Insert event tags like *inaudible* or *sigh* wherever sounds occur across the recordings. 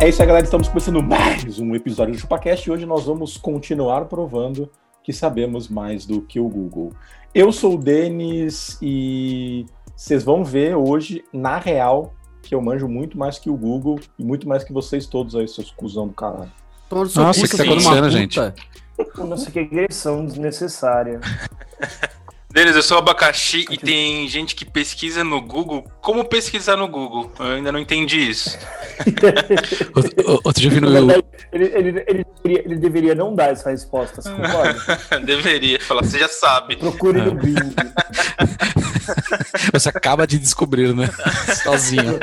É isso aí, galera. Estamos começando mais um episódio do ChupaCast e hoje nós vamos continuar provando que sabemos mais do que o Google. Eu sou o Denis e vocês vão ver hoje, na real, que eu manjo muito mais que o Google e muito mais que vocês todos aí, seus cuzão do caralho. Todo Nossa, o que tá acontecendo, gente? Nossa, que agressão desnecessária. Denis, eu sou abacaxi e tem gente que pesquisa no Google. Como pesquisar no Google? Eu ainda não entendi isso. *laughs* Outro- o- Outro dia eu vi no. Na verdade, ele, ele- ele deveria, ele deveria não dar essa resposta, você concorda? Deveria falar, você já sabe. Procure no Bing. Você acaba de descobrir, né? Sozinho.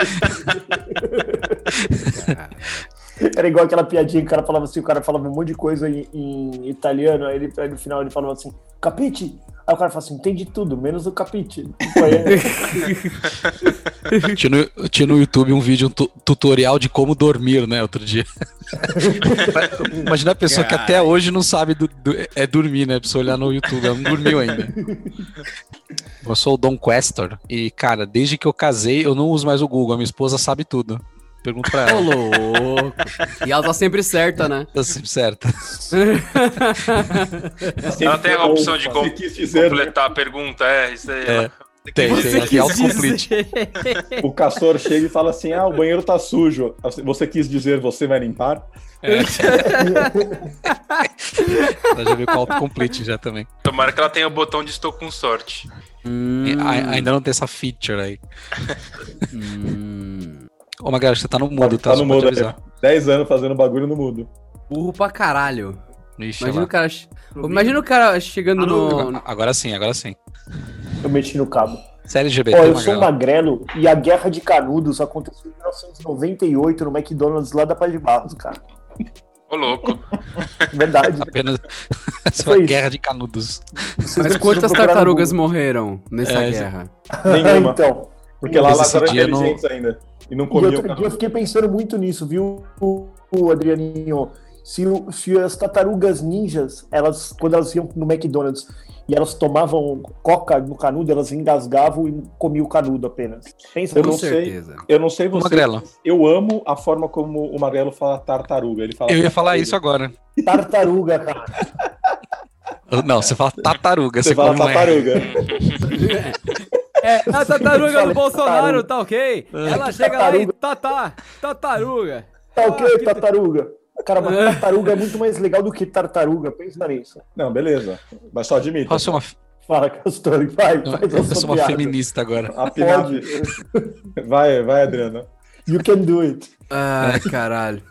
Era igual aquela piadinha que o cara falava assim, o cara falava um monte de coisa em, em italiano, aí, ele, aí no final ele falava assim, capite? Aí o cara fala assim, entende tudo, menos o capite. Tipo, aí- Tinha no, tinha no YouTube um vídeo, um tu- tutorial de como dormir, né? Outro dia. Imagina a pessoa que até hoje não sabe do- do- é dormir, né? Precisa olhar no YouTube, ela não dormiu ainda. Eu sou o Dom Questor e, cara, desde que eu casei, eu não uso mais o Google. A minha esposa sabe tudo. Pergunto pra Ô, ela. louco. E ela tá sempre certa, *laughs* né? Tá sempre certa. Ela tem a opção de com- Se quis dizer, né? completar a pergunta, é, isso aí. É. Tem, tem. Você Aqui é quis autocomplete. dizer. O castor chega e fala assim: ah, o banheiro tá sujo. Você quis dizer você vai limpar? Ela já veio com autocomplete já também. Tomara que ela tenha o botão de estou com sorte. E Hum, a- Ainda não tem essa feature aí. hum. Ô, Magalhães, você tá no mudo, tá? Tá no Só pra te mudo, avisar. 10 anos fazendo bagulho no mudo. Burro pra caralho. Ixi, Imagina o olha cara, imagina o cara chegando lá. no. Agora- Agora sim, agora sim. Eu meti no cabo. Você é LGBT, Ó, eu sou Magalhães? um magrelo e a Guerra de Canudos aconteceu em 1998 no McDonald's lá da Paz de Barros, cara. Ô, louco. Verdade. *laughs* Apenas é Foi uma isso. guerra de canudos. Mas precisam quantas procurar no tartarugas morreram nessa É, guerra? *laughs* Nenhuma. então, Porque lá elas Esse eram dia não- inteligentes ainda. E não e comiam. outro dia eu fiquei pensando muito nisso, viu, o, o Adrianinho? Se, o- se as tartarugas ninjas, elas, quando elas iam no McDonald's e elas tomavam coca no canudo, elas engasgavam e comiam o canudo apenas. Pensa Eu Com não nisso. sei. certeza. Eu não sei Ô, você. Magrelo, Eu amo a forma como o Magrelo fala tartaruga. Ele fala eu ia tartaruga. falar isso agora. Tartaruga, cara. Não, você fala tartaruga. Você Você, fala come uma- tartaruga. É, a tartaruga Fala, do Bolsonaro, tá ok? É. Ela chega lá e. Tá, tá, tartaruga. Tá Ah, ok, que- tartaruga. Cara, mas É. tartaruga é muito mais legal do que tartaruga. Pensa nisso. Não, beleza. Mas só admita. Nossa, eu sou uma, Fala, Castori, vai. faz a eu sua sou é uma piada. feminista agora. Apinado. Pode. Vai, vai, Adriana. You can do it. Ai, caralho.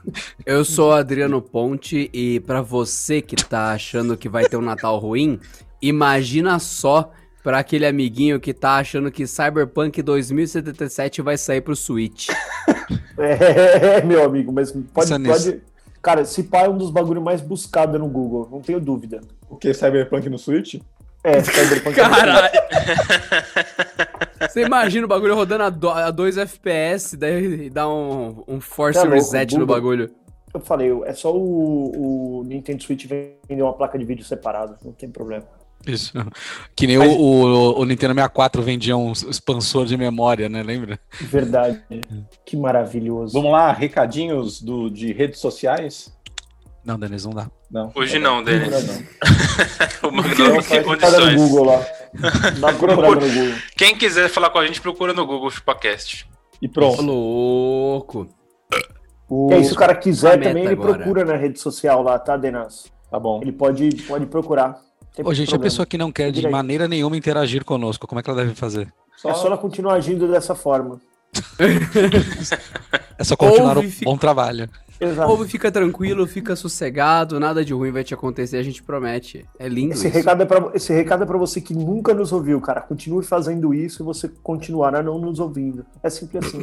Eu sou Adriano Ponte e pra você que tá achando que vai ter um Natal ruim, imagina só pra aquele amiguinho que tá achando que Cyberpunk 2077 vai sair pro Switch. É, meu amigo, mas pode. Pensa pode... Cara, esse pá é um dos bagulhos mais buscados no Google, não tenho dúvida. O que? Cyberpunk no Switch? É, *laughs* Cyberpunk. Você imagina o bagulho rodando a do- a 2 FPS, daí dá um, um force Tá louco, reset no buga. bagulho. Eu falei, é só o, o Nintendo Switch vender uma placa de vídeo separada, não tem problema. Isso. Que nem o, o- o Nintendo 64 vendia um expansor de memória, né? Lembra? Verdade. que maravilhoso. Vamos lá, recadinhos do, de redes sociais? Não, Denis, não dá. Não. Hoje não, Agora Denis. não. O Magno não tem Tá dando no condições. Google lá. Dá pra procurar no Google. *laughs* Quem quiser falar com a gente, procura no Google ChupaCast. E Ô, pronto. Louco. O- E aí, se É o cara quiser A meta também, ele agora. procura na rede social lá, tá, Denas? Tá bom. Ele pode, pode procurar. não tem Ô, gente, a problema. pessoa que não quer de Diga aí. maneira nenhuma interagir conosco, como é que ela deve fazer? Só, É só ela continuar agindo dessa forma. É só continuar Ouve, o fica- bom trabalho. Exato. Povo, fica tranquilo, fica sossegado, nada de ruim vai te acontecer, a gente promete. É lindo Esse isso. recado, é pra, esse recado é pra você que *laughs* nunca nos ouviu, cara. Continue fazendo isso e você continuará não nos ouvindo. É simples assim.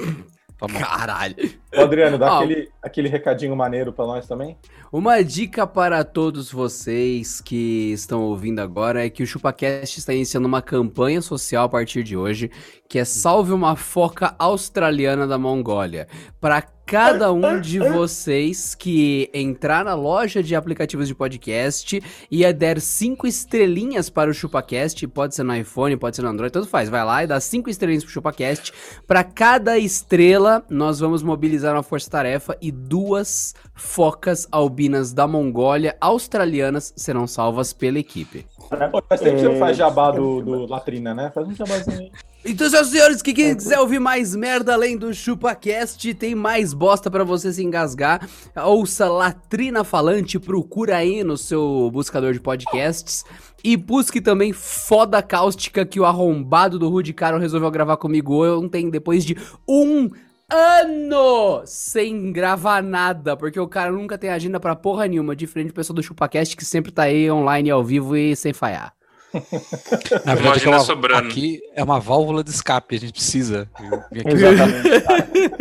Tá bom. Caralho. Ô, Adriano, dá Ah. aquele, aquele recadinho maneiro pra nós também. Uma dica para todos vocês que estão ouvindo agora é que o ChupaCast está iniciando uma campanha social a partir de hoje, que é Salve uma Foca Australiana da Mongólia. Para cada um de vocês que entrar na loja de aplicativos de podcast e é der cinco estrelinhas para o ChupaCast, pode ser no iPhone, pode ser no Android, tanto faz, vai lá e dá cinco estrelinhas para o ChupaCast. Para cada estrela, nós vamos mobilizar uma força-tarefa e duas focas albinas da Mongólia australianas serão salvas pela equipe. Pô, faz tempo que você não É, faz jabá do, do Latrina, né? Faz um jabazinho aí. Então, senhoras e senhores, que quem quiser ouvir mais merda além do ChupaCast, tem mais bosta pra você se engasgar. Ouça Latrina Falante, procura aí no seu buscador de podcasts. E busque também Foda Cáustica, que o arrombado do Rude Caro resolveu gravar comigo ontem, depois de um ano sem gravar nada, porque o cara nunca tem agenda pra porra nenhuma, diferente do pessoal do ChupaCast, que sempre tá aí online, ao vivo e sem falhar. Na verdade, é que é Imagina uma, sobrando. aqui é uma válvula de escape, a gente precisa. Eu vim aqui- Exatamente.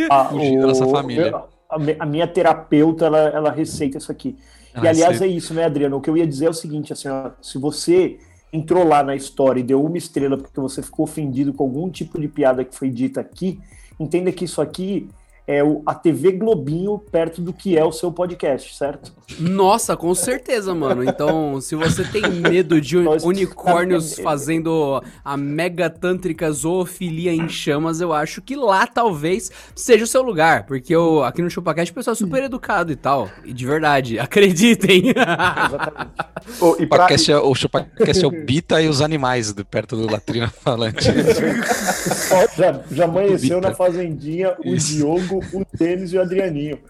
*laughs* cara. Ah, Fugir da nossa família. a me- a minha terapeuta, ela, ela receita isso aqui. Ah, e aliás, sei. é isso, né, Adriano? O que eu ia dizer é o seguinte, assim, ó, se você entrou lá na história e deu uma estrela porque você ficou ofendido com algum tipo de piada que foi dita aqui, entenda que isso aqui é o- a TV Globinho perto do que é o seu podcast, certo? Nossa, com certeza, mano. Então, se você tem medo de tá Nós unicórnios precisamos- fazendo a mega tântrica zoofilia em chamas, eu acho que lá talvez seja o seu lugar. Porque eu, aqui no ChupaCast o pessoal é super educado e tal. E de verdade, *laughs* acreditem. Exatamente. Ô, e O pra- podcast é o Chupacast é o Bita e os animais do- perto do Latrina *laughs* Falante. Ó, já, já amanheceu na Fazendinha o Isso. Diogo, o Tênis e o Adrianinho.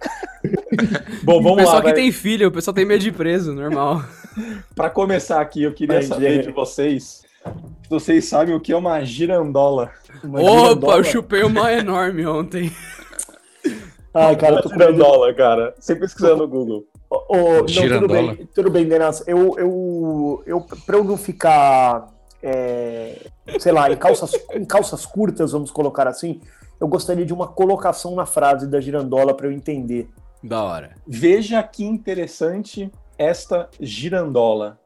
*laughs* Bom, o vamos pessoal lá. que vai. tem filho, o pessoal tem medo de preso, normal. Pra começar aqui, eu queria Aí, saber Diego. de vocês. se Vocês sabem o que é uma girandola? Uma Opa, girandola. eu chupei uma enorme ontem. Ai, cara, eu tô com medo cara. Você pesquisando no Google. Ô, ô, não, tudo Girandola. bem, tudo bem, Denas. Eu, eu, eu, pra eu não ficar, é, sei lá, em calças, em calças curtas, vamos colocar assim, eu gostaria de uma colocação na frase da girandola pra eu entender. Da hora. Veja que interessante esta girandola.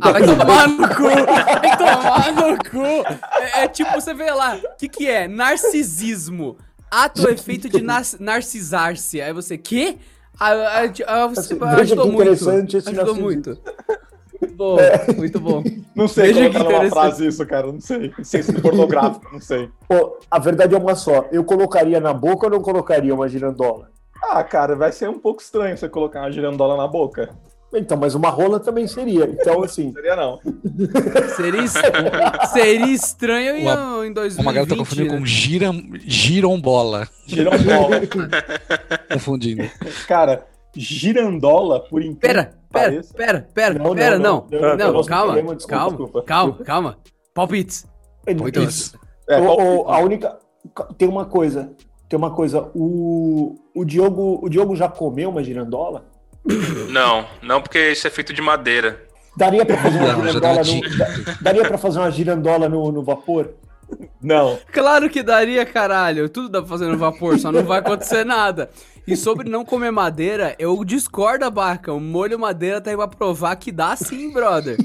Ah, vai tomar *laughs* no cu! Vai tomar no cu! É, é tipo, você vê lá, o que que é? Narcisismo. Ato ou efeito de nar narcisar-se. Aí você, quê? Ah, ah, ah, ah, você Assim, veja ajudou que muito. interessante esse Ajudou narcisismo. É. muito. Bom, muito bom. Não sei é Veja Veja que colocar numa interessante. frase isso, cara. Não sei. Não sei se é pornográfico, não sei. Ô, a verdade é uma só, eu colocaria na boca ou não colocaria uma girandola? Ah, cara, vai ser um pouco estranho você colocar uma girandola na boca. Então, mas uma rola também seria. Então, assim, Não seria, não. Seria, es- seria estranho em, um, Uma- em 2020. Uma galera tá confundindo né? com gira, girombola. Girandola. *laughs* Confundindo. cara, girandola, por incrível Pera, que pera, pareça- pera, pera, Não, não, pera, não. não. Não, Eu- eu não calma, queremos, desculpa, calma, desculpa. calma, calma. Palpites. Muito isso. É, Ô, qual- ô, a única. Tem uma coisa. Tem uma coisa. O, o, Diogo, o Diogo já comeu uma girandola? Não, não porque isso é feito de madeira. Daria pra fazer uma *laughs* Não, já girandola tava no, da- daria pra fazer uma girandola no, no vapor? Não. Claro que daria, caralho. Tudo dá pra fazer no vapor, só não vai acontecer nada. E sobre não comer madeira, eu discordo, Barca. O molho madeira tá aí pra provar que dá sim, brother.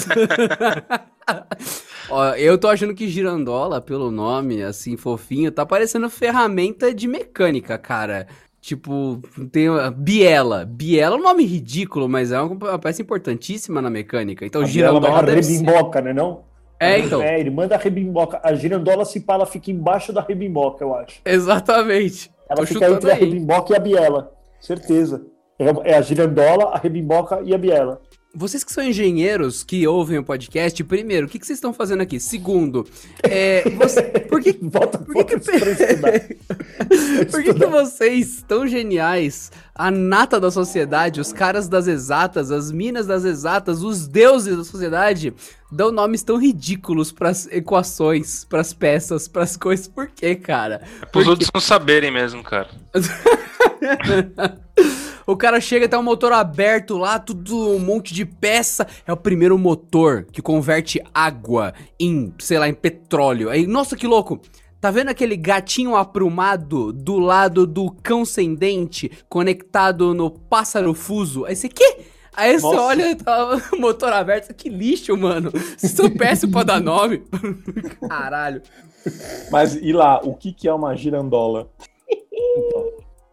Tá- tá- *laughs* Ó, eu tô achando que girandola, pelo nome, assim, fofinho, tá parecendo ferramenta de mecânica, cara. Tipo, tem uma- biela. Biela é um nome ridículo, mas é uma, uma peça importantíssima na mecânica. Então, A girandola girandola deve ser... rebimboca, né? Não? É, então. *laughs* É, ele manda a rebimboca. A girandola, se pá, ela fica embaixo da rebimboca, eu acho. Exatamente. Ela Tô fica chutando entre a aí. hein? rebimboca e a biela. Certeza. É é a girandola, a rebimboca e a biela. Vocês que são engenheiros que ouvem o podcast, primeiro, o que, que vocês estão fazendo aqui? Segundo, é, você- por que, *laughs* Volta por que, que, pra estudar. por que que vocês, tão geniais, a nata da sociedade, os caras das exatas, as minas das exatas, os deuses da sociedade, dão nomes tão ridículos pras equações, pras peças, pras coisas? Por que, cara? É pros outros não saberem mesmo, cara. O cara chega, tá um motor aberto lá, tudo um monte de peça. É o primeiro motor que converte água em, sei lá, em petróleo. Aí, nossa, que louco! Tá vendo aquele gatinho aprumado do lado do cão sem dente conectado no pássaro fuso? Aí você, que? Aí você Nossa. olha, tá o *laughs* motor aberto, que lixo, mano. Vocês são péssimos pra dar nome. *laughs* Caralho. Mas e lá, o que, que é uma girandola?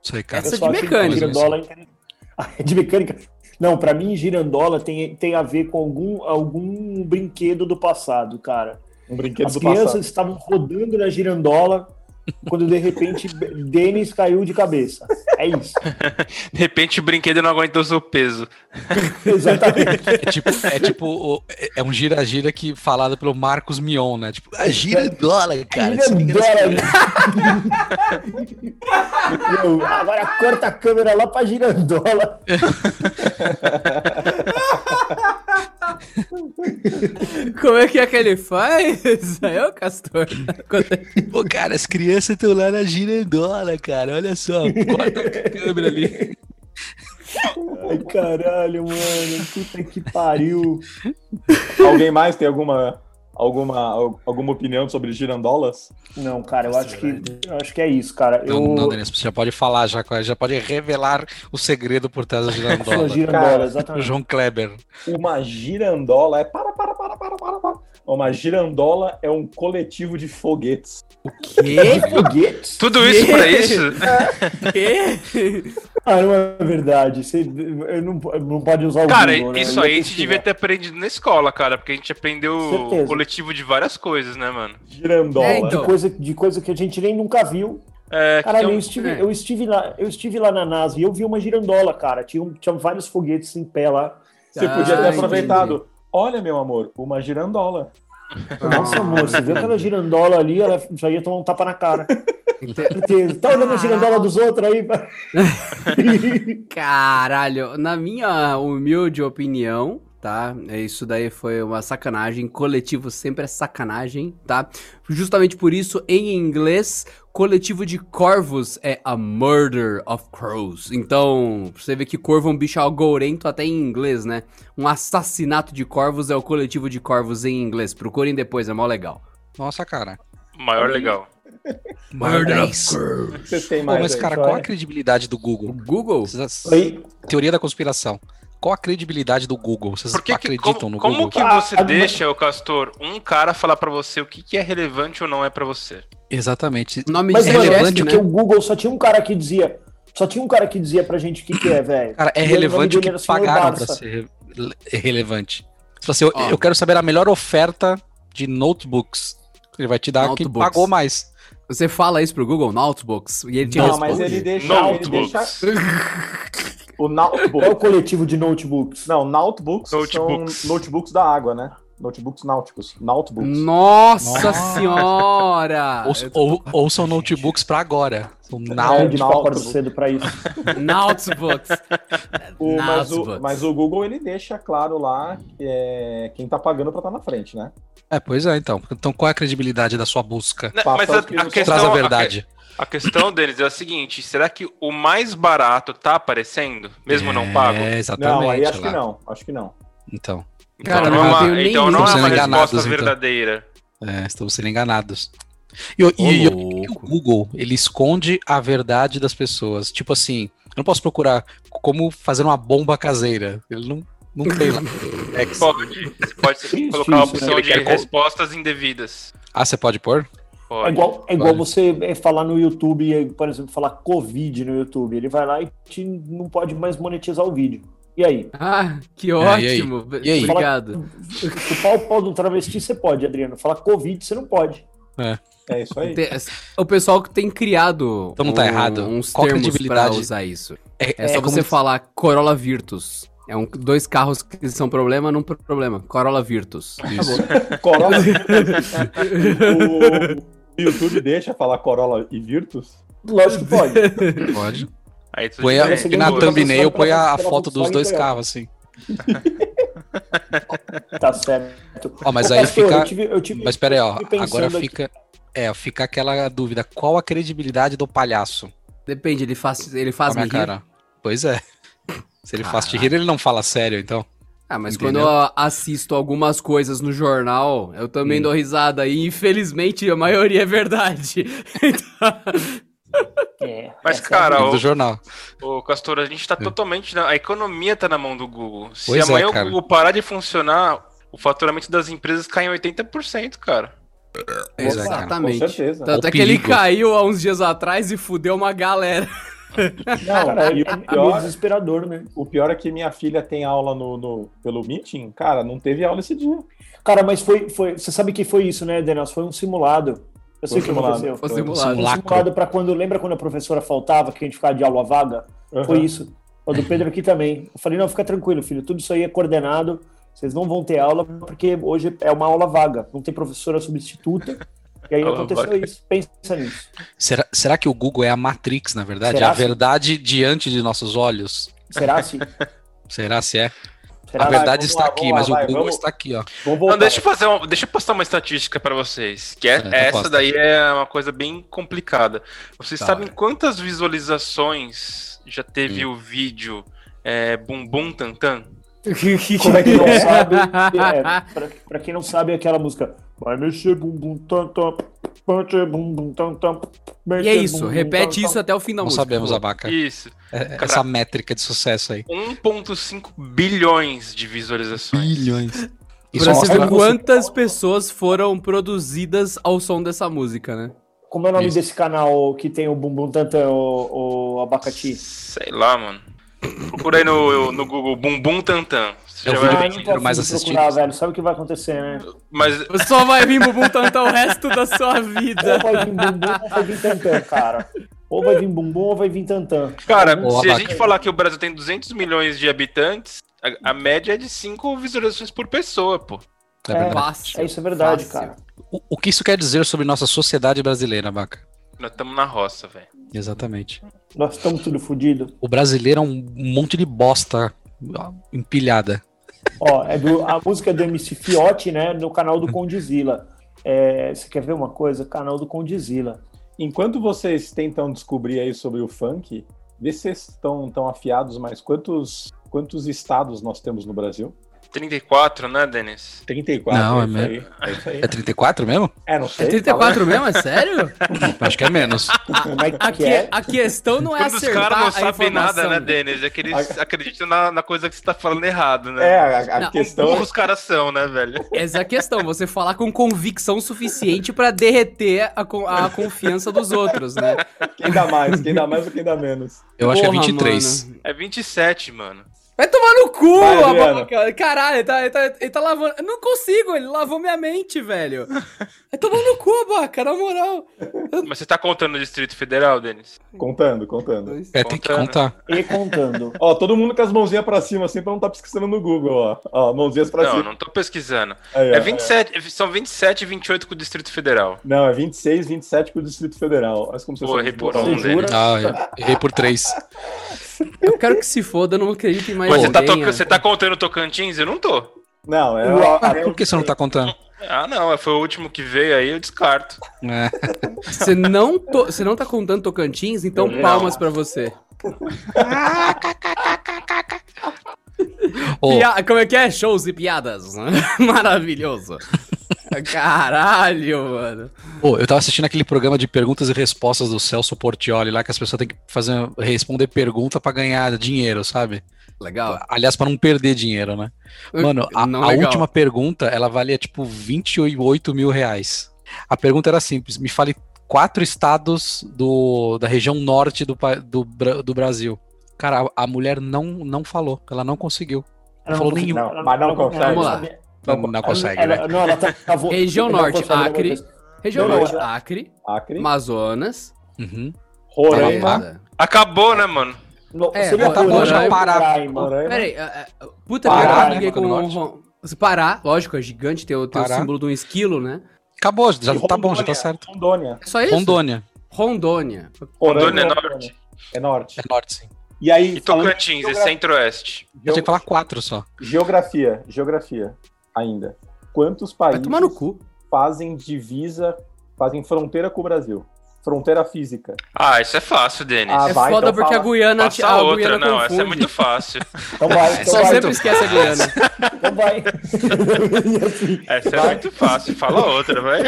Isso aí, cara. Essa é Eu só de acho que mecânica. Girandola é inter- *laughs* Ah, é de mecânica? Não, pra mim, girandola tem, tem a ver com algum, algum brinquedo do passado, cara. Um brinquedo As do crianças passado. estavam rodando na girandola quando, de repente, *laughs* Denis caiu de cabeça. É isso. De repente o brinquedo não aguentou seu peso. Exatamente. É tipo, é tipo o- é- é um gira-gira que falado pelo Marcos Mion, né? Tipo, a girandola, cara. é se liga nessa- Girandola. *laughs* Meu, agora corta a câmera lá pra girandola. Como é que é que ele faz? *laughs* Aí é o Castor. é Quando- assim, Pô, cara, as crianças estão lá na girandola, cara. Olha só, corta a câmera ali. Ai, caralho, mano. Puta que pariu. *laughs* Alguém mais tem alguma, alguma, al- alguma opinião sobre girandolas? Não, cara, eu acho que, eu acho que é isso, cara. Não, Eu, não, Denis, você já pode falar, já, já pode revelar o segredo por trás da Sou girandola. girandola, é exatamente. João Kleber. Uma girandola é. Para, para, para, para, para, para. Uma girandola é um coletivo de foguetes. Que? Foguetes? Tudo isso pra isso? Que? Ah, não é verdade. Você eu não, não pode usar o Cara, Google, né? isso Eu aí a ia gente devia ter aprendido na escola, cara, porque a gente aprendeu Certeza. o coletivo de várias coisas, né, mano? Girandola. É, então. De coisa, de coisa que a gente nem nunca viu. É, que Caralho, tem um- eu estive, é. eu, estive lá, eu estive lá na NASA e eu vi uma girandola, cara. Tinha, um- tinha vários foguetes em pé lá. Você Ah, podia ter entendi. aproveitado. Olha, meu amor, uma girandola. Nossa, amor, você viu aquela girandola ali, ela já ia tomar um tapa na cara. Ente- Certeza. Tá olhando a girandola dos outros aí? Caralho, na minha humilde opinião, tá? É, Isso daí foi uma sacanagem. Coletivo sempre é sacanagem, tá? Justamente por isso, em inglês, coletivo de corvos é a murder of crows. Então, você vê que corvo é um bicho algourento até em inglês, né? Um assassinato de corvos é o coletivo de corvos em inglês. Procurem depois, é mó legal. Nossa, cara. Maior legal. É Mas, Vocês têm Pô, mais. mas aí, cara, Joia? qual a credibilidade do O Google? Google? Vocês- Oi? Teoria da conspiração. Qual a credibilidade do Google? Vocês Por que, que, acreditam como, no como Google? que Ah, você mas- deixa, o Castor, um cara falar pra você o que, que é relevante ou não é pra você? Exatamente. Nome Mas, de né? mano, chefe, acho que o Google só tinha um cara que dizia. Só tinha um cara que dizia pra gente o que, que é, velho. Cara, é E aí o relevante o nome que dele era Senhor pagaram Barça. pra ser re- relevante. Se você, eu, Ó. eu quero saber a melhor oferta de notebooks. Ele vai te dar quem Notebooks. pagou mais. Você fala isso pro Google Notebooks e ele te Não, responde. mas ele deixa. Ele Notebooks. deixa o Qual é o Nautbook. coletivo de notebooks? Não, Nautbooks Notebooks. são notebooks da água, né? Notebooks náuticos. Nautbooks. Nossa Nossa. senhora! Ou, ou, ou são notebooks pra agora. São Não, now. tipo, Náutico. acordo cedo pra isso. Nautbooks. O- mas, o, Nautbooks. mas o Google ele deixa claro lá é, quem tá pagando pra estar na frente, né? É, pois é, então. Então qual é a credibilidade da sua busca? Né, Passa Mas a, os que não a questão, Traz a a que- verdade. a questão, Denis, é a seguinte: será que o mais barato tá aparecendo, mesmo não pago? É, Não, exatamente. aí acho lá. que não. Acho que não. Então, Então Cara, não é eu não uma, tenho nem então não é ideia. uma Sendo enganados, resposta então. verdadeira. é, estamos sendo enganados. E, eu- e, eu- E o Google, ele esconde a verdade das pessoas. Tipo assim, eu não posso procurar como fazer uma bomba caseira. Ele não, não tem lá. É que- Pode, *laughs* pode ser colocar a É Difícil, opção né? de Ele quer- respostas indevidas. ah, você pode pôr? É Pode. igual, é igual Vale. você é, falar no YouTube, é, por exemplo, falar Covid no YouTube. Ele vai lá e te, não pode mais monetizar o vídeo. E aí? Ah, que É, e aí? ótimo. E aí? Obrigado. O pau o pau de um travesti você pode, Adriano. Falar Covid você não pode. É isso aí. Tem- O pessoal que tem criado um, Então não tá errado. uns Qual a termos pra credibilidade? usar isso. É, É, só como você se- falar Corolla Virtus. É um, dois carros que são problema num pro- problema. Corolla Virtus. Isso. *laughs* Corolla. o YouTube deixa falar Corolla e Virtus? Lógico que pode. Pode. Aí tu "É, Põe a- Você diferente. ganha na duas. thumbnail, põe a, a Pela foto dos Volkswagen dois Toyota. carros, assim. Tá certo. Ó, mas Ô, aí Castor, fica. Eu tive, eu tive- Mas pera aí, ó. eu fiquei pensando Agora aqui. fica. É, fica aquela dúvida. Qual a credibilidade do palhaço? Depende, ele faz, ele Com a faz me minha rir. cara. Pois é. Se ele faz te Caralho. rir, ele não fala sério, então. Ah, mas Entendeu? quando eu assisto algumas coisas no jornal, eu Hum. também dou risada. E infelizmente a maioria é verdade. *laughs* É, Mas, essa é a cara, Do o, jornal. Ô, Castor, a gente tá totalmente. Na... A economia tá na mão do Google. Se É. Pois é, amanhã o cara. Google parar de funcionar, o faturamento das empresas cai em 80%, cara. Com Exatamente. certeza. Tá- Tanto O é que ele perigo. caiu há uns dias atrás e fudeu uma *laughs* galera. Não, Cara, Tá. é, e o é meio pior- desesperador, né? O pior é que minha filha tem aula no, no- pelo meeting. Cara, não teve aula esse dia. Cara, mas foi, foi. Você sabe que foi isso, né, Daniel? Foi um simulado. Eu sei Foi o que simulado. aconteceu. Foi Foi simulado. um simulado pra quando. Lembra quando a professora faltava, que a gente ficava de aula vaga? Foi Uhum. isso. O do Pedro aqui também. Eu falei, não, fica tranquilo, filho. Tudo isso aí é coordenado. Vocês não vão ter aula, porque hoje é uma aula vaga. Não tem professora substituta. E aí Aula aconteceu vaga. isso. Pensa nisso. Será, será que o Google é a Matrix, na verdade? É Será, a sim? verdade diante de nossos olhos? Será assim? Será se é? Será a assim? verdade vamos está lá, aqui, vamos lá, mas vai, o Google vamos- está aqui, ó. Vamos *laughs* Não, voltar. deixa eu fazer um... deixa eu postar uma estatística pra vocês. Que é- Ah, então essa posta. daí é uma coisa bem complicada. Vocês Tá. sabem quantas visualizações já Hum. teve o vídeo é, Bumbum Tantan? Como é que não sabe? É, pra, pra quem não sabe, é aquela música. Vai mexer bumbum tam tam, mexer bumbum tam tam. E mexer é isso, bumbum, repete tam, isso até o fim da Não música. sabemos, Abaca. Isso. É- cara- Essa métrica de sucesso aí. 1,5 bilhões de visualizações. Bilhões. Isso Pra é você mostra ver quantas pessoas foram produzidas ao som dessa música, né? tam. Como é o nome Isso. desse canal que tem o bumbum tam tam, o, o abacati? Sei lá, mano. Procura aí no, no Google Bumbum Tantan. Você Eu já vi vai no ver. Ah, É um vídeo não posso mais procurar, assistido. velho. Sabe o que vai acontecer, né? Mas Você só vai vir bubum tanto o resto da sua Ou vida. vai vir bumbum ou vai vir tantã, cara. Ou vai vir bumbum ou vai vir tantã. Cara, Boa, se a bacana. gente falar que o Brasil tem 200 milhões de habitantes, a, a média é de 5 visualizações por pessoa, pô. É verdade. Fácil. É isso, é verdade, Fácil. cara. O, o que isso quer dizer sobre nossa sociedade brasileira, Abaca? Nós estamos na roça, velho. Exatamente. Nós estamos tudo fodido. O brasileiro é um monte de bosta ó, empilhada. Ó, é do, a música é do MC Fiote, né? No canal do Condizila. É, você quer ver uma coisa? Canal do Condizila. Enquanto vocês tentam descobrir aí sobre o funk, vê se vocês estão tão afiados, mas quantos, quantos estados nós temos no Brasil? 34, né, Denis? 34. Não, é isso aí, é isso aí. É 34 mesmo? É, não É sei. 34 mesmo? É sério? Acho que é menos. Como é tá que Aqui, é? a questão não é Quando os caras acertar não a sabem informação. nada, né, Denis? É que eles acreditam na, na coisa que você tá falando errado, né? É, a, a Não, questão Como os caras são, né, velho? Essa é a questão, você falar com convicção suficiente pra derreter a, con- a confiança dos outros, né? é quem dá mais, quem dá mais ou quem dá menos. Eu acho que é Porra, 23. mano. É 27, mano. Vai tomar no cu, Vai, Adriano. abaca. Caralho, ele tá, ele, tá, ele tá lavando. Eu não consigo, ele lavou minha mente, velho. Vai tomar no cu, abaca, na moral. Mas você tá contando o Distrito Federal, Denis? Contando, contando. É, tem que Contando. contar. E contando. Ó, todo mundo com as mãozinhas pra cima, assim, pra não estar tá pesquisando no Google, ó. Ó, mãozinhas pra Não, cima. não tô pesquisando. Aí, ó. É 27, são 27 e 28 com o Distrito Federal. Não, é 26, 27 pro Distrito Federal. Olha como vocês Pô, são errei por desbotados. um, Você jura? Ah, eu errei por 3. Eu quero que se foda, eu não acredito em mais Mas você tá, ninguém, to- né? você tá contando Tocantins? Eu não tô. Não, é. Uau. é- Por que você não tá contando? Ah, não, foi o último que veio aí, eu descarto. É. Você não, to- você não tá contando Tocantins, então Não. palmas pra você. Ô, Pia- Como é que é? Shows e piadas. né? *laughs* Maravilhoso. Caralho, mano. ô, eu tava assistindo aquele programa de perguntas e respostas do Celso Portioli lá, que as pessoas têm que fazer, responder pergunta pra ganhar dinheiro, sabe? Legal. Aliás, pra não perder dinheiro, né? Mano, a, Não a legal. última pergunta, ela valia tipo 28 mil reais. A pergunta era simples: me fale quatro estados do, da região norte do, pa- do, Bra- do Brasil. Cara, a, a mulher não, não falou, ela não conseguiu. Ela falou não- nenhum. ela- Mas não ela- consegue. ela- Vamos lá. ela- Não, não consegue, ela- né? Não, ela tá, tá vo- Região ela tá Norte, forçando alguma Acre. coisa. Região Não, Norte, não. Acre, tá- Acre, Amazonas. Uhum. Roraima. Beleza. Acabou, né, mano? Não, É, seria tá bom, Roraima, já parar. Roraima. Roraima. Peraí, a- a- puta Pará, Pará, né, ninguém com Mato Grosso. com- Se Pará, lógico, é gigante, tem, o- tem o Pará. símbolo de um esquilo, né? Acabou, já E tá bom, já Rondônia, tá certo. Rondônia. É só isso? Rondônia. Rondônia. Rondônia é Roraima, norte. É norte. É norte, sim. E aí, E falando de Tocantins é geogra- centro-oeste. Eu geo- tenho que falar quatro só. geografia, geografia ainda. Quantos Vai países tomar no cu. fazem divisa, fazem fronteira com o Brasil? Fronteira física. Ah, isso é fácil, Denis. Ah, é vai, foda então porque a fala. Guiana Passa te- a outra, Guiana não, confunde. essa é muito fácil. Então vai, *laughs* então Só vai. sempre esquece a Guiana. Então vai. E assim, Essa é vai. muito fácil, fala outra, vai.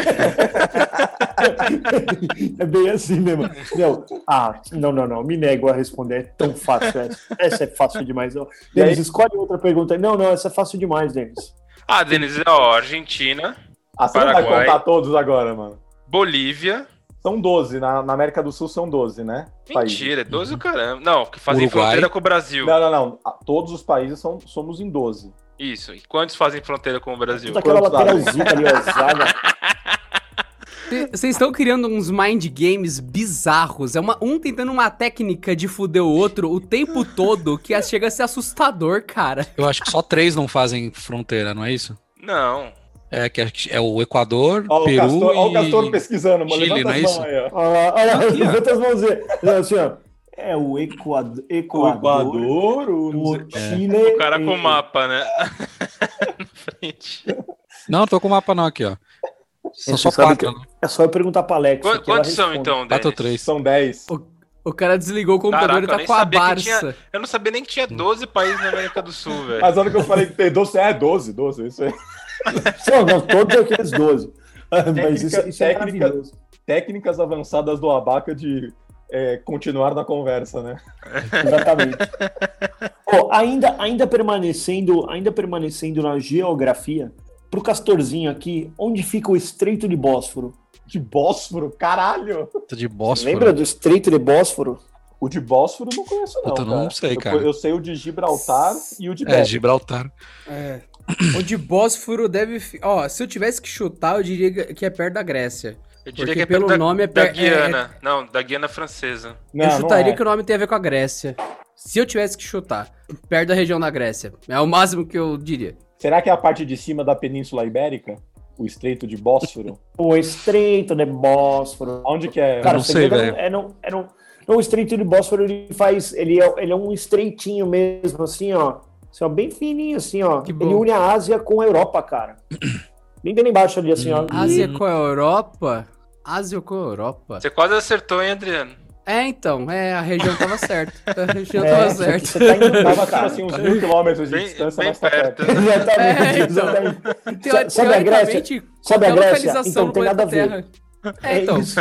É bem assim mesmo. Não, ah, não, não, não. Me nego a responder. É tão fácil essa. Essa é fácil demais. Não. Denis, escolhe outra pergunta. Não, não, essa é fácil demais, Denis. Ah, Denis, ó, Argentina, Ah, você não vai Paraguai. contar todos agora, mano. Bolívia. São 12. Na, na América do Sul são 12, né? Países. Mentira, 12 o caramba. Não, que fazem Uruguai. fronteira com o Brasil. Não, não, não. Ah, Todos os países são, somos em 12. Isso. E quantos fazem fronteira com o Brasil? Toda aquela Quantos tá lateralzinha ali, ó, zaga. Vocês estão criando uns mind games bizarros. É uma, um tentando uma técnica de fuder o outro o tempo todo que é, chega a ser assustador, cara. Eu acho que só três não fazem fronteira, não é isso? Não. É, que acho que é o Equador, Ó, Peru o Castor, ó, o e- Castor pesquisando, mano. Chile, Levanta não é as mãos isso? aí, ó. Olha lá, olha lá, Aqui, ó. levanta Ah, as mãos e- assim, ó. É o Equador, O Equador, Equador, é. o... o Chile. O cara com o e- mapa, né? Na frente. Não, não tô com o mapa não aqui, ó. São Você só sabe quatro, né? É só eu perguntar pra Alex. Qu- Quantos são, então, Denis? Quatro ou três. São 10. O cara desligou o computador Caraca, eu e tá nem com a sabia que Barça. Eu não sabia nem que tinha 12 países na América do Sul, velho. Mas olha que eu falei que tem 12, é 12, 12, isso aí. então? Não, não, todos aqueles 12. *laughs* Mas isso, isso é técnica- maravilhoso. Técnicas avançadas do Abaca de é, continuar na conversa, né? Exatamente. *laughs* Ó, ainda, ainda, permanecendo, ainda permanecendo na geografia, pro Castorzinho aqui, onde fica o Estreito de Bósforo? De Bósforo, caralho! Puta Tá de Bósforo. Lembra do Estreito de Bósforo? O de Bósforo eu não conheço, não. Puta, eu não sei, Eu- cara. Eu, sei o de Gibraltar e o de É, Beto. Gibraltar. É. O de Bósforo deve. fi- Ó, se eu tivesse que chutar, eu diria que é perto da Grécia. Porque Eu diria que é pelo da, nome é da per- é- Guiana. Não, da Guiana Francesa. Não, eu não chutaria é. que o nome tem a ver com a Grécia. Se eu tivesse que chutar, perto da região da Grécia. É o máximo que eu diria. Será que é a parte de cima da Península Ibérica? O Estreito de Bósforo? O Estreito de Bósforo. Onde que é? Cara, não você sei, liga, velho. É, não, é, não, não, o estreito de Bósforo, ele faz. Ele é, ele é um estreitinho mesmo, assim, ó. Assim, ó, bem fininho, assim, ó. Que bom. Ele une a Ásia com a *clears throat* Europa, cara. Bem bem embaixo ali, assim, ó. Ah, Ásia com a Europa? Ásia com a Europa? Você quase acertou, hein, Adriano? É, então. É, a região tava certa. *laughs* A região É, tava você- certa. Você tá indo bem, Tava cara. tipo, *laughs* assim, uns mil quilômetros de Bem, distância, bem mas tá perto. perto. Exatamente, É, então. exatamente. Teo- Sabe a Grécia? teoricamente, Sabe a qualquer Grécia? localização Então no tem nada a planeta ver. Terra. É, então. isso.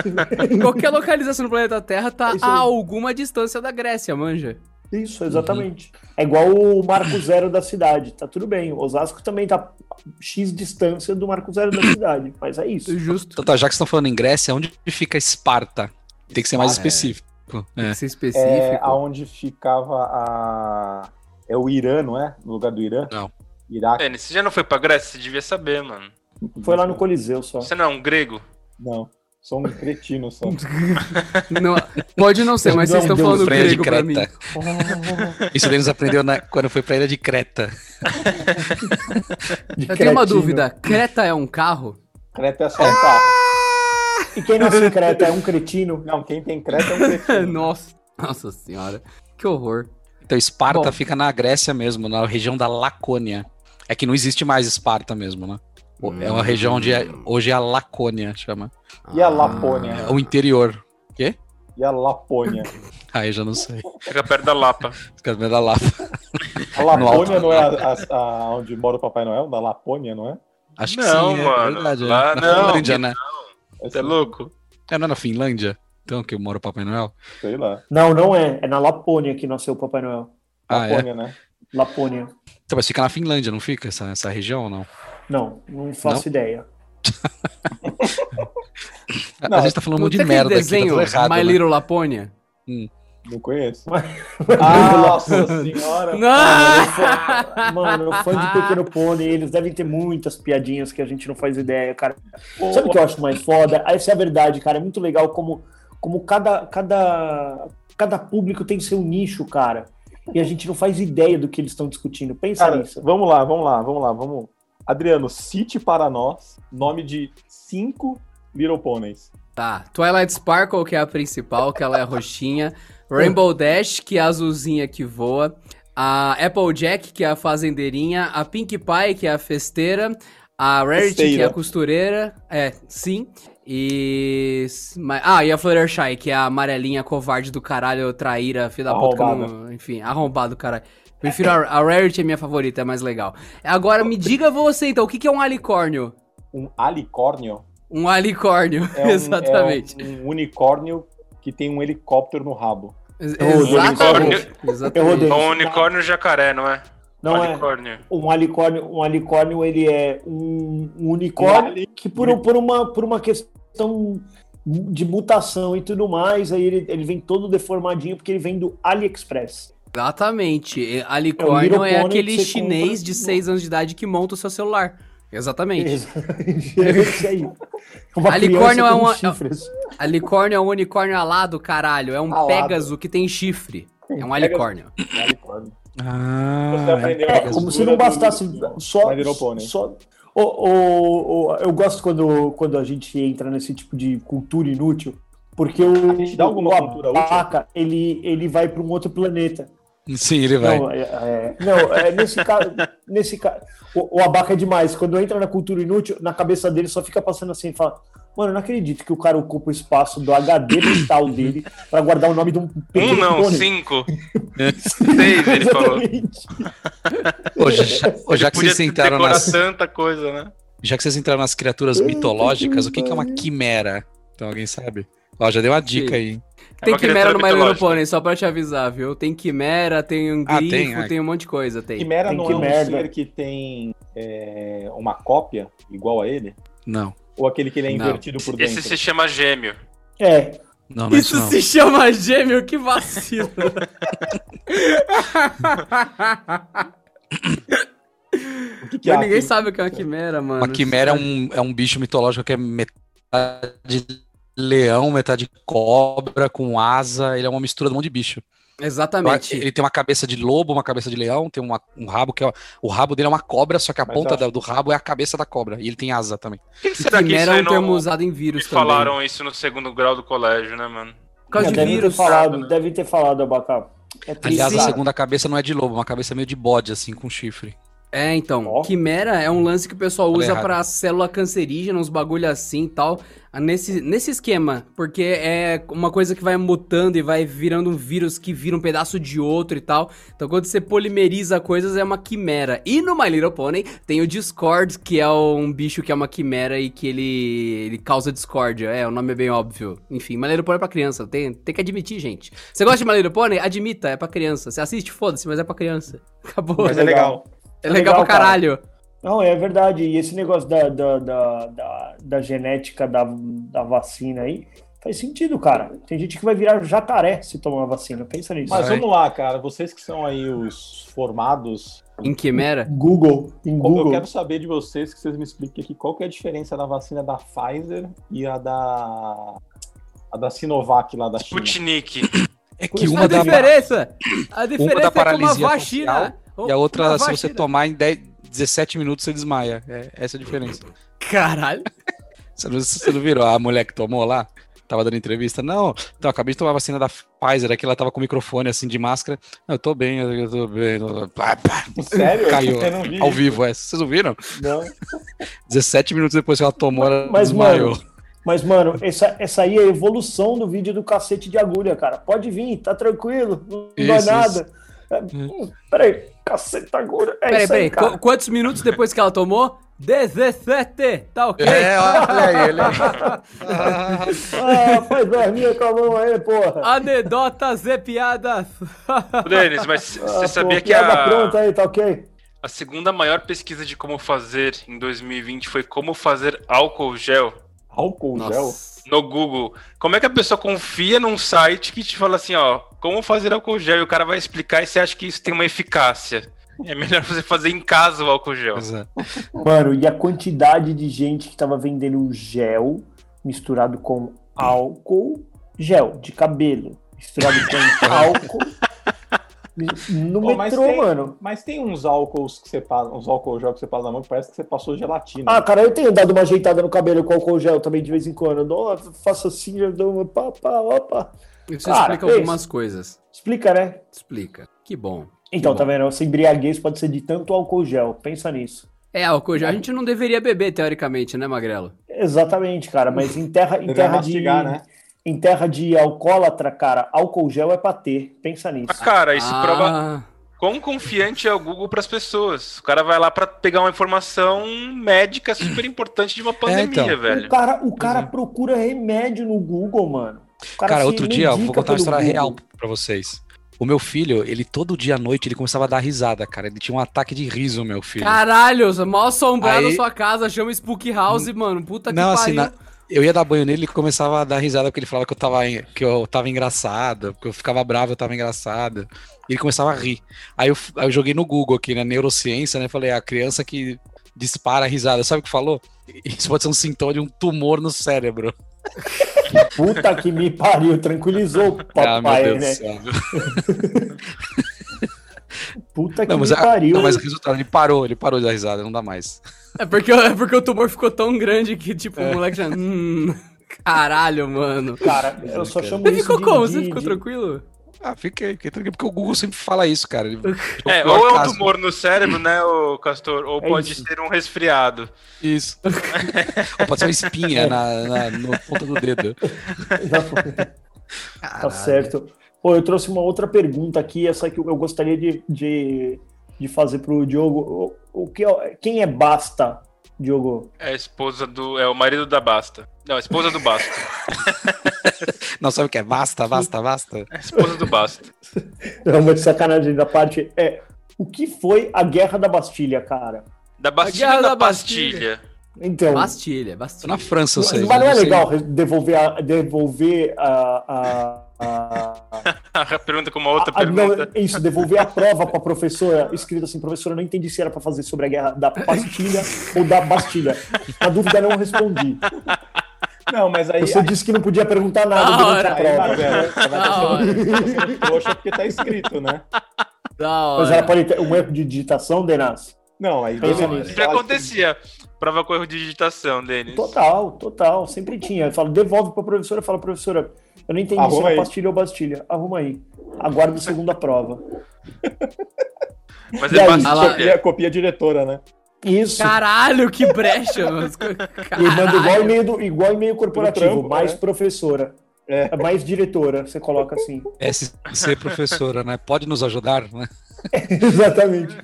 Qualquer localização no planeta Terra tá É isso aí. a alguma distância da Grécia, manja. Isso, exatamente. É igual o marco zero da cidade. Tá tudo bem. Osasco também tá X distância do marco zero da cidade. Mas é isso. Justo. Então tá, já que vocês estão falando em Grécia, onde fica Esparta? Tem que ser mais Ah, é. específico. Tem É. que ser específico. É aonde ficava a. É o Irã, não é? No lugar do Irã? Não. Iraque. Denis, você já não foi pra Grécia? Você devia saber, mano. Foi lá no Coliseu só. Você não é um grego? Não. Sou um cretino só. Não, pode não ser, mas Não, vocês estão deu falando Praia de grego pra mim. Creta. *laughs* Isso Denis aprendeu na- quando foi pra Ilha de Creta. De Eu tenho uma cretino. dúvida. Creta é um carro? Creta é só um carro. E quem nasce em Creta é um cretino? Não, quem tem Creta é um cretino. Nossa. Nossa senhora. Que horror. Então Esparta Bom. fica na Grécia mesmo, na região da Lacônia. É que não existe mais Esparta mesmo, né? É Hum. uma região onde é- hoje é a Lacônia, chama. E a Lapônia? É o interior. E a Lapônia? Aí já não sei. Fica perto da Lapa. Fica no meio da Lapa. A Lapônia não é a, a- a- onde mora o Papai Noel? Da Lapônia, não é? Acho que Não, sim, é mano. verdade. é. Lá- na não, Finlândia, né? É Você é louco? É, não é na Finlândia? Então, que mora o Papai Noel? Sei lá. Não, não é. É na Lapônia que nasceu o Papai Noel. Ah, é. Lapônia, né? Lapônia. Então, mas fica na Finlândia, não fica essa, essa região ou não? Não, não faço ideia. A- Não, a gente tá falando um Não monte de tem aquele merda aqui, tá Ah, desenho tudo errado. My né? Little Lapônia? Não conheço. Ah, *laughs* Nossa senhora. Não! Ah! Mano, fã de Pequeno Pônei, eles devem ter muitas piadinhas que a gente não faz ideia, cara. Pô, Sabe o que eu acho mais foda? Essa é a verdade, cara. É muito legal como, como cada, cada, cada público tem seu nicho, cara. E a gente não faz ideia do que eles estão discutindo. Pensa Cara, um nisso. vamos lá, vamos lá, vamos lá, vamos. Adriano, cite para nós nome de cinco Little Ponies. Tá. Twilight Sparkle, que é a principal, que ela é roxinha. Rainbow Dash, que é a azulzinha que voa. A Applejack, que é a fazendeirinha. A Pink Pie, que é a festeira. A Rarity, que é Festeira. a costureira. É, sim. E. mas- Ah, e a Fluttershy, que é a amarelinha covarde do caralho, traíra, filha da puta. que eu Não... Enfim, arrombado, caralho. Prefiro a, a Rarity, é minha favorita, é mais legal. Agora me diga você, então, o que, que é um alicórnio? Um alicórnio. Um alicórnio, *laughs* É um, exatamente. É um, um unicórnio que tem um helicóptero no rabo. É Ex- Eu rodei. né? É Exatamente. Eu Exatamente. rodei. É um unicórnio jacaré, não é? Não é. unicórnio. Um alicórnio, um alicórnio ele é um, um unicórnio que por, um- por uma, por uma questão de mutação e tudo mais, aí ele, ele vem todo deformadinho porque ele vem do AliExpress. Exatamente. E É um Alicórnio little é, pony aquele que você chinês compra de no- é. 6 anos de idade que monta o seu celular. Exatamente. *laughs* É isso aí. Uma Alicórnio criança é com uma- chifres. Alicórnio é um unicórnio alado, caralho. É um Alado. Pégaso que tem chifre. É um Pégaso. alicórnio. Um alicórnio. Você Ah, aprendeu É, a como textura se não do- bastasse do- só. My Little Pony. só Ô, ô, ô, eu gosto quando, quando a gente entra nesse tipo de cultura inútil, porque o, A gente dá alguma o cultura útil? abaca, ele, ele vai para um outro planeta. sim, ele vai. Não, é, é- não, é nesse caso, nesse ca... o, o abaca é demais. Quando entra na cultura inútil, na cabeça dele só fica passando assim e fala. Mano, eu não acredito que o cara ocupa o espaço do HD mental dele para guardar o nome de um Um pequeno não, pônei." cinco. Seis, ele falou. *laughs* Exatamente. Ô, já, ô, já que Podia vocês sentaram decorar nas, tanta coisa, né? já que vocês entraram nas criaturas mitológicas, o que, que é uma quimera? Então alguém sabe? Ó, já dei uma dica aí. hein? Tem uma quimera criatura no My Little mitológica. Pony, só pra te avisar, viu? Tem quimera, tem um Ah, grifo, tem, tem, ai. um monte de coisa, tem. Quimera Tem não que é um merda. ser que tem é, uma cópia igual a ele? Não, Ou aquele que ele é Não. invertido por dentro? Esse se chama gêmeo. É, não, não é isso, Isso não. se chama gêmeo, que vacilo. *laughs* O que que é Mas ninguém aquilo? sabe o que é uma quimera, mano. Uma quimera é um, é um bicho mitológico que é metade leão, metade cobra, com asa. Ele é uma mistura de um monte de bicho. Exatamente. Ele tem uma cabeça de lobo, uma cabeça de leão, tem uma- um rabo que é. O rabo dele é uma cobra, só que a Mas ponta eu acho- da- do rabo é a cabeça da cobra. E ele tem asa também. Por que, que será que isso Quimera é aí um termo não usado em me vírus também. falaram isso no segundo grau do colégio, né, mano? Por causa É, de devem vírus. né? Ter falado, devem ter falado, Abacá. É triste. Aliás, a Sim. segunda cabeça não é de lobo, é uma cabeça meio de bode, assim, com chifre. É, então, Ó. quimera é um lance que o pessoal Falei usa errado. pra célula cancerígena, uns bagulho assim e tal, ah, nesse, nesse esquema, porque é uma coisa que vai mutando e vai virando um vírus que vira um pedaço de outro e tal. Então, quando você polimeriza coisas, é uma quimera. E no My Little Pony tem o Discord, que é um bicho que é uma quimera e que ele, ele causa discórdia. É, o nome é bem óbvio. Enfim, My Little Pony é pra criança, tem, tem que admitir, gente. Você gosta de My Little Pony? Admita, é pra criança. Você assiste, foda-se, mas é pra criança. *laughs* Acabou. Mas é legal. É legal, Legal, pra caralho. Não, é verdade. E esse negócio da, da, da, da, da genética da, da vacina aí faz sentido, cara. Tem gente que vai virar jacaré se tomar a vacina. Pensa nisso. Mas Vai. vamos lá, cara. Vocês que são aí os formados, Em quimera? Google, em qual- eu Google. é quero saber de vocês que vocês me expliquem aqui qual que é a diferença da vacina da Pfizer e a da a da Sinovac lá da China. *laughs* Sputnik. É que que isso uma a dá diferença, a diferença dá é que uma paralisia vacina. é e a uma outra, se vacina- você tomar em 10, 17 minutos, você desmaia. É, essa é a diferença. Caralho. É Você não, você não virou a mulher que tomou lá? Tava dando entrevista. Não, então acabei de tomar a vacina da Pfizer aqui, ela tava com o microfone assim de máscara. "Não, Eu tô bem, eu eu tô bem. Pá, pá, *laughs* Sério? Caiu. Eu não vi. Ao vivo, é. Vocês ouviram? Não. 17 minutos depois que ela tomou, ela Mas, desmaiou. *laughs* mano, Mas, mano, essa, essa aí é a evolução do vídeo do cacete de agulha, cara. Pode vir, tá tranquilo, não dói Isso, nada. É, hum, Peraí, cacete de agulha. É Peraí, isso peraí. aí, cara. qu- Quantos minutos depois que ela tomou? 17. Tá ok? É, olha aí, ele. Ah, faz dorminha com a mão aí, porra. Anedotas e piadas. Ô, Denis, mas c- Ah, pô, você sabia que piada a, pronta aí, tá ok? a segunda maior pesquisa de como fazer em 2020 foi como fazer álcool gel Álcool gel? Nossa. no Google? Como é que a pessoa confia num site que te fala assim, ó, como fazer álcool gel? E o cara vai explicar e você acha que isso tem uma eficácia. É melhor você fazer em casa o álcool gel. *laughs* Pois é. Mano, e a quantidade de gente que tava vendendo um gel misturado com álcool, gel de cabelo, misturado *laughs* com álcool no Pô, mas metrô, tem- mano. Mas tem uns álcools que você passa, uns álcool gel que você passa na mão que parece que você passou gelatina. Ah, cara, eu tenho dado uma ajeitada no cabelo com álcool gel também de vez em quando. Eu dou, uma- faço assim, eu dou uma pá, pá, opa. Isso Cara, explica é algumas coisas. Explica, né? Explica. Que bom. Então, Bom. tá vendo? Essa embriaguez pode ser de tanto álcool gel. Pensa nisso. É álcool já. A gente não deveria beber, teoricamente, né, Magrelo? Exatamente, cara, mas em terra, em Ele vai terra de. mastigar, né? Em terra de alcoólatra, cara, álcool gel é pra ter. Pensa nisso. Mas, cara, É isso Ah, prova quão confiante é o Google para as pessoas. O cara vai lá para pegar uma informação médica super importante de uma pandemia, então. O velho. cara, o cara Pois procura remédio no Google, mano. O Cara, se outro dia, eu vou medica contar uma pelo história Google. real pra vocês. O meu filho, ele todo dia à noite, ele começava a dar risada, cara. Ele tinha um ataque de riso, meu filho. Caralho, mal assombrado Aí- a sua casa, chama Spook House, mano. Puta que Não, pariu. assim, na- eu ia dar banho nele e começava a dar risada porque ele falava que eu tava, en- que eu tava engraçado, que eu ficava bravo, eu tava engraçado. E ele começava a rir. Aí eu, f- aí eu joguei no Google aqui, né? Neurociência, né? Falei, a criança que dispara a risada, sabe o que falou? *laughs* Isso pode ser um sintoma de um tumor no cérebro. Puta que me pariu, *laughs* Ah, tranquilizou o Ah, papai, né? céu. Puta que Não, mas, me a- pariu. não, mas o resultado, ele parou, ele parou de dar risada, não dá mais. É porque, é porque o tumor ficou tão grande que, tipo, É. o moleque já. Hum, caralho, mano. Cara, eu só Cara. chamo Você isso ficou de- como? de- Você ficou de- tranquilo? Ah, fiquei, fiquei tranquilo, porque o Google sempre fala isso, cara. Ele- É, pior ou é um caso. tumor no cérebro, né, ô Castor? Ou É pode isso. ser um resfriado. Isso. Ou pode ser uma *laughs* espinha É. na, na- no ponta do dedo. Tá certo. Pô, eu trouxe uma outra pergunta aqui, essa que eu gostaria de, de, de fazer pro Diogo. O, o que, é- quem é Basta, Diogo? É a esposa do. É o marido da Basta. Não, a esposa do Basta. Não, sabe o que é? Basta, basta, basta. A esposa do Basta. É uma sacanagem da parte. É, o que foi a Guerra da Bastilha, cara? Da Bastilha guerra ou da da Bastilha. Bastilha. *laughs* Então. Bastilha, Tô Bastilha. na França, eu Mas sei. não é sei. legal re- devolver a, devolver a, a, a- pergunta com uma outra a- Ah, não, pergunta. isso, devolver a prova para professora, escrito assim, professora, não entendi se era para fazer sobre a guerra da Bastilha ou da Bastilha. Na dúvida não respondi. Não, mas aí. Você aí- disse que não podia perguntar nada Da durante a Aí, prova. Marcelo, você vai Da hora. estar sendo- sendo trouxa porque tá escrito, né? Da Mas ela hora. pode ter um erro de digitação, Denas. Não, aí Pensa beleza. nisso. Sempre acontecia. Prova com erro de digitação, Denis. Total, total, sempre tinha. Eu falo, devolve para professora, eu falo, professora, eu não entendi se Arruma era aí. Bastilha ou Bastilha. Arruma aí. Aguardo a segunda prova. Mas E é aí? Bastilha. Fala- Copia, copia a diretora, né? Isso. Caralho, que brecha, mano. *laughs* E manda igual Caralho. e-mail, do- igual e-mail corporativo, Pelo trampo, mais né? professora, É. *laughs* mais diretora, você *laughs* coloca assim. É, SC professora, né? Pode nos ajudar, né? Exatamente.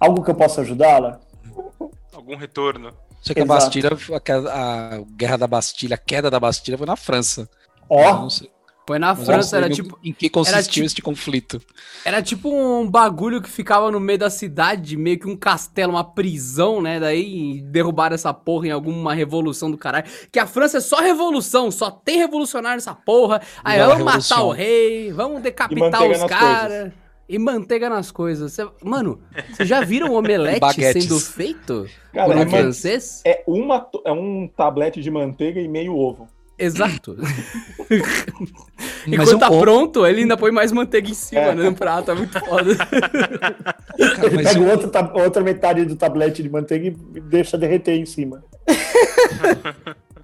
Algo que eu possa ajudá-la? Algum retorno. Só que a Exato. Bastilha, a, a guerra da Bastilha, a queda da Bastilha foi na França. Eu Ó, não sei- Foi na não França, sei era é nem tipo, Em que consistiu era tipo- este conflito? era tipo um bagulho que ficava no meio da cidade, meio que um castelo, uma prisão, né? Daí derrubaram essa porra em alguma revolução do caralho. Que a França é só revolução, só tem revolucionário nessa porra. Aí Não, é vamos revolução. matar o rei, vamos decapitar manteiga os nas caras. E manteiga nas coisas. Cê- mano, vocês já viram omelete *laughs* Baguetes. sendo feito Cara, é, por um man- francês? é uma, to- é um tablete de manteiga e meio ovo. *laughs* Exato. E Mas quando tá um ovo, pronto, ele ainda põe mais manteiga em cima, É. né? No prato, é muito foda. *laughs* cara, ele mas pega um- outra, ta- outra metade do tablete de manteiga e deixa derreter em cima.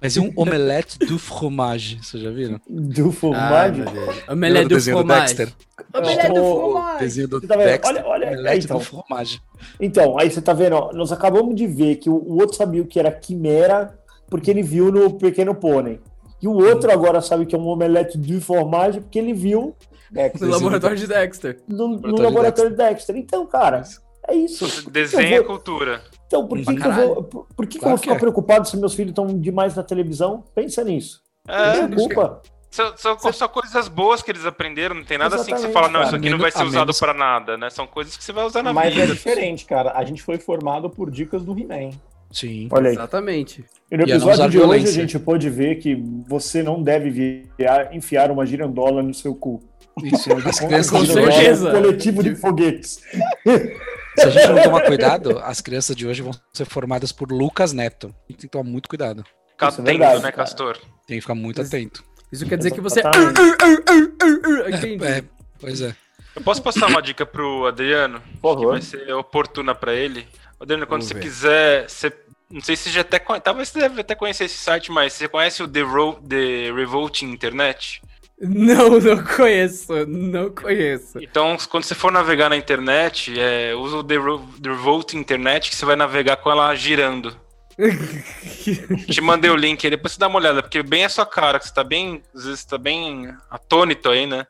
mas um omelete du fromage, vocês já viram? Do Ah, formagem. Omelete do desenho do fromage. Dexter? Omelete do Ô, fromage. É. Desenho do Você tá vendo? Dexter. Olha- olha- omelete então. du fromage. Então, aí você tá vendo, ó, nós acabamos de ver que o, o outro sabia o que era quimera porque ele viu no Pequeno Pônei. E Uhum. o outro agora sabe que é um omelete de formagem porque ele viu No laboratório de Dexter. no, no Laboratório de laboratório de Dexter. Então, cara, é isso. Desenho Eu é vou- cultura. Então, por que, Pra que eu caralho. vou, por, por que que eu Claro vou que ficar é. preocupado se meus filhos estão demais na televisão? Pensa nisso. Não É, tem culpa. são, são- são coisas boas que eles aprenderam, não tem nada assim que você Exatamente, fala, não, cara. isso aqui não Menos- vai ser a usado menos- pra nada, né? São coisas que você vai usar na Mas é vida. diferente, cara. A gente foi formado por dicas do He-Man. Sim. Olha aí. Exatamente. E no E a não usar episódio de hoje a violência. gente pôde ver que você não deve viar- enfiar uma girandola no seu cu. Isso, as crianças Com de Girandola é um hoje certeza. coletivo de foguetes. Se a gente não tomar cuidado, as crianças de hoje vão ser formadas por Lucas Neto. Tem que tomar muito cuidado. Isso é Catendo, verdade, né, cara. Castor? Tem que ficar muito atento. Isso quer dizer que você. *laughs* Entendi. É, pois é. Eu posso passar uma dica pro Adriano? Por Que vai ser oportuna pra ele. Adriano, quando Vamos você ver. quiser, você. Não sei se você já até conhece. Talvez você deve até conhecer esse site, mas você conhece o The, Ro... The Revolting Internet? Não, não conheço. Não conheço. Então, quando você for navegar *laughs* na internet, é, usa o The, Ro- The Revolt Internet que você vai navegar com ela girando. Te mandei o link aí, depois você dá uma olhada, porque bem é sua cara, que você tá bem, às vezes, tá bem atônito aí, né?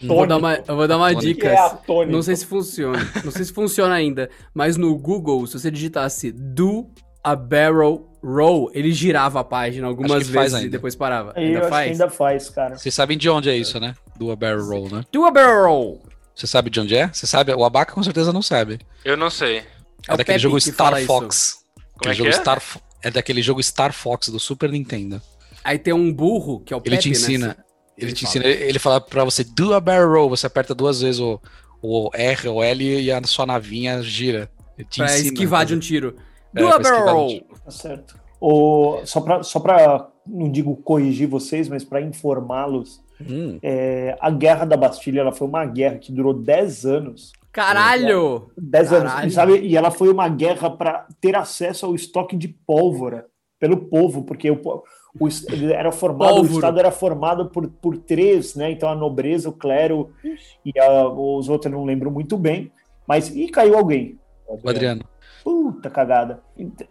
Eu vou dar uma, eu vou dar uma Atônico. dica. é atônico? Não sei se funciona. Não sei se funciona ainda. Mas no Google, se você digitasse do a barrel roll, ele girava a página algumas Acho que faz vezes e ainda. depois parava. Aí É, eu acho que ainda faz, cara. Vocês sabem de onde é isso, né? Do A Barrel Roll, né? Do a barrel roll. Você sabe de onde é? Você sabe? O Abaca com certeza não sabe. Eu não sei. É, o daquele Pepe jogo que Star fala isso. Fox. Como é Aquele jogo que é? Star Fo- é daquele jogo Star Fox do Super Nintendo. Aí tem um burro, que é o Ele Pepe, te né? ensina. Ele, Ele te fala. ensina. Ele ele fala pra você do a barrel roll. Você aperta duas vezes o, o R, o L e a sua navinha gira. Ele te Pra ensina. esquivar de um tiro. É, Do pra a barrel esquivar de um roll. tiro. Tá certo. O, só pra, só pra, não digo corrigir vocês, mas pra informá-los, um- Hum, é, a Guerra da Bastilha ela foi uma guerra que durou 10 anos. Caralho! 10 Caralho. anos, sabe? E ela foi uma guerra para ter acesso ao estoque de pólvora pelo povo, porque o, po- o es- ele era formado, Pólvora. o Estado era formado por, por três, né? Então a nobreza, o clero e a- os outros eu não lembro muito bem. Mas e caiu alguém. o Adriano. Puta cagada.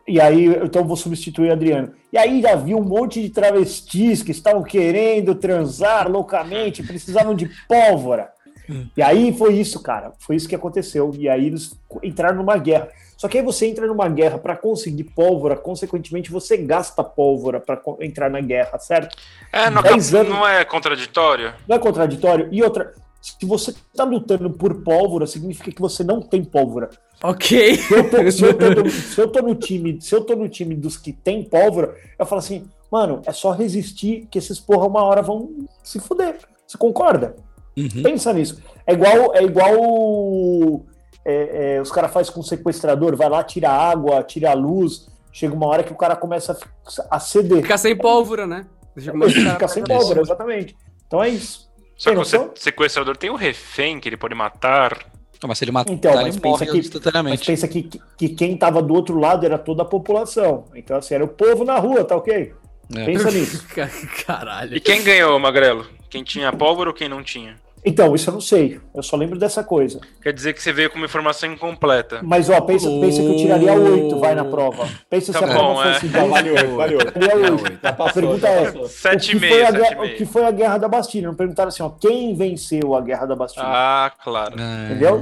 E aí, então eu vou substituir o Adriano. E aí já havia um monte de travestis que estavam querendo transar loucamente, precisavam de pólvora. E aí foi isso, cara. Foi isso que aconteceu. E aí eles entraram numa guerra. Só que aí você entra numa guerra para conseguir pólvora, consequentemente você gasta pólvora para entrar na guerra, certo? É, não, Dez anos. não é contraditório? Não é contraditório? E outra, se você tá lutando por pólvora, significa que você não tem pólvora. Ok. Se eu tô, se eu tô no, se eu tô no time, se eu tô no time dos que tem pólvora, eu falo assim, mano, é só resistir que esses porra uma hora vão se fuder. Você concorda? Uhum. Pensa nisso. É igual, é igual é, é, os caras fazem com o sequestrador, vai lá, tira água, tira a luz, chega uma hora que o cara começa a, fi- a ceder. Ficar sem pólvora, né? Deixa eu começar a- Fica sem pólvora, exatamente. Então é isso. Só que o Pensa. se- sequestrador tem um refém que ele pode matar. Não, mas se ele matar, Então, mas ele morre pensa que- Mas instantaneamente. pensa que, que- que quem tava do outro lado era toda a população. Então, assim, era o povo na rua, tá ok? É. Pensa nisso. Caralho. E quem ganhou, Magrelo? Quem tinha pólvora ou quem não tinha? Então, isso eu não sei. Eu só lembro dessa coisa. Quer dizer que você veio com uma informação incompleta. Mas, ó, pensa, pensa que eu tiraria oito, vai na prova. Pensa Tá se a bom, prova fosse é. igual. *laughs* Valeu, valeu. Tiraria Não, oito. Já A passou, pergunta já é, passou. o Sete e que, foi meia, a sete e guerra, o que meia. foi a Guerra da Bastilha? Não perguntaram assim, ó, quem venceu a Guerra da Bastilha? Ah, claro. É. Entendeu?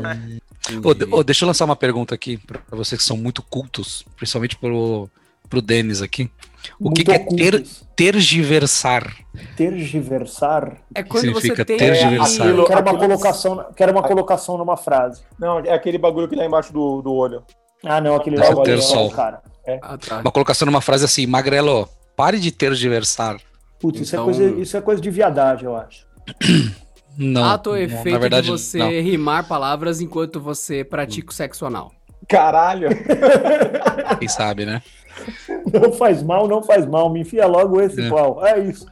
Ô, de- ô, deixa eu lançar uma pergunta aqui pra vocês que são muito cultos, principalmente pro, pro Denis aqui. O que, Muito que é ocultos. ter, tergiversar? Tergiversar? É quando você significa tem. tergiversar? aquilo- Quero uma aquilo- colocação, quero uma colocação numa frase. Não, é aquele bagulho que dá embaixo do, do olho. Ah, não, aquele lá Deve eu ter gosto, sol. cara. Ah, tá. Uma colocação numa frase assim, Magrelo, pare de tergiversar. Putz, isso, Então- é coisa, isso é coisa de viadagem, eu acho. *laughs* Não, Ato ou não, Ah, efeito na verdade, de você não. rimar palavras enquanto você pratica o sexo anal. Caralho! Quem sabe, né? Não faz mal, não faz mal. Me enfia logo esse É. pau. É isso.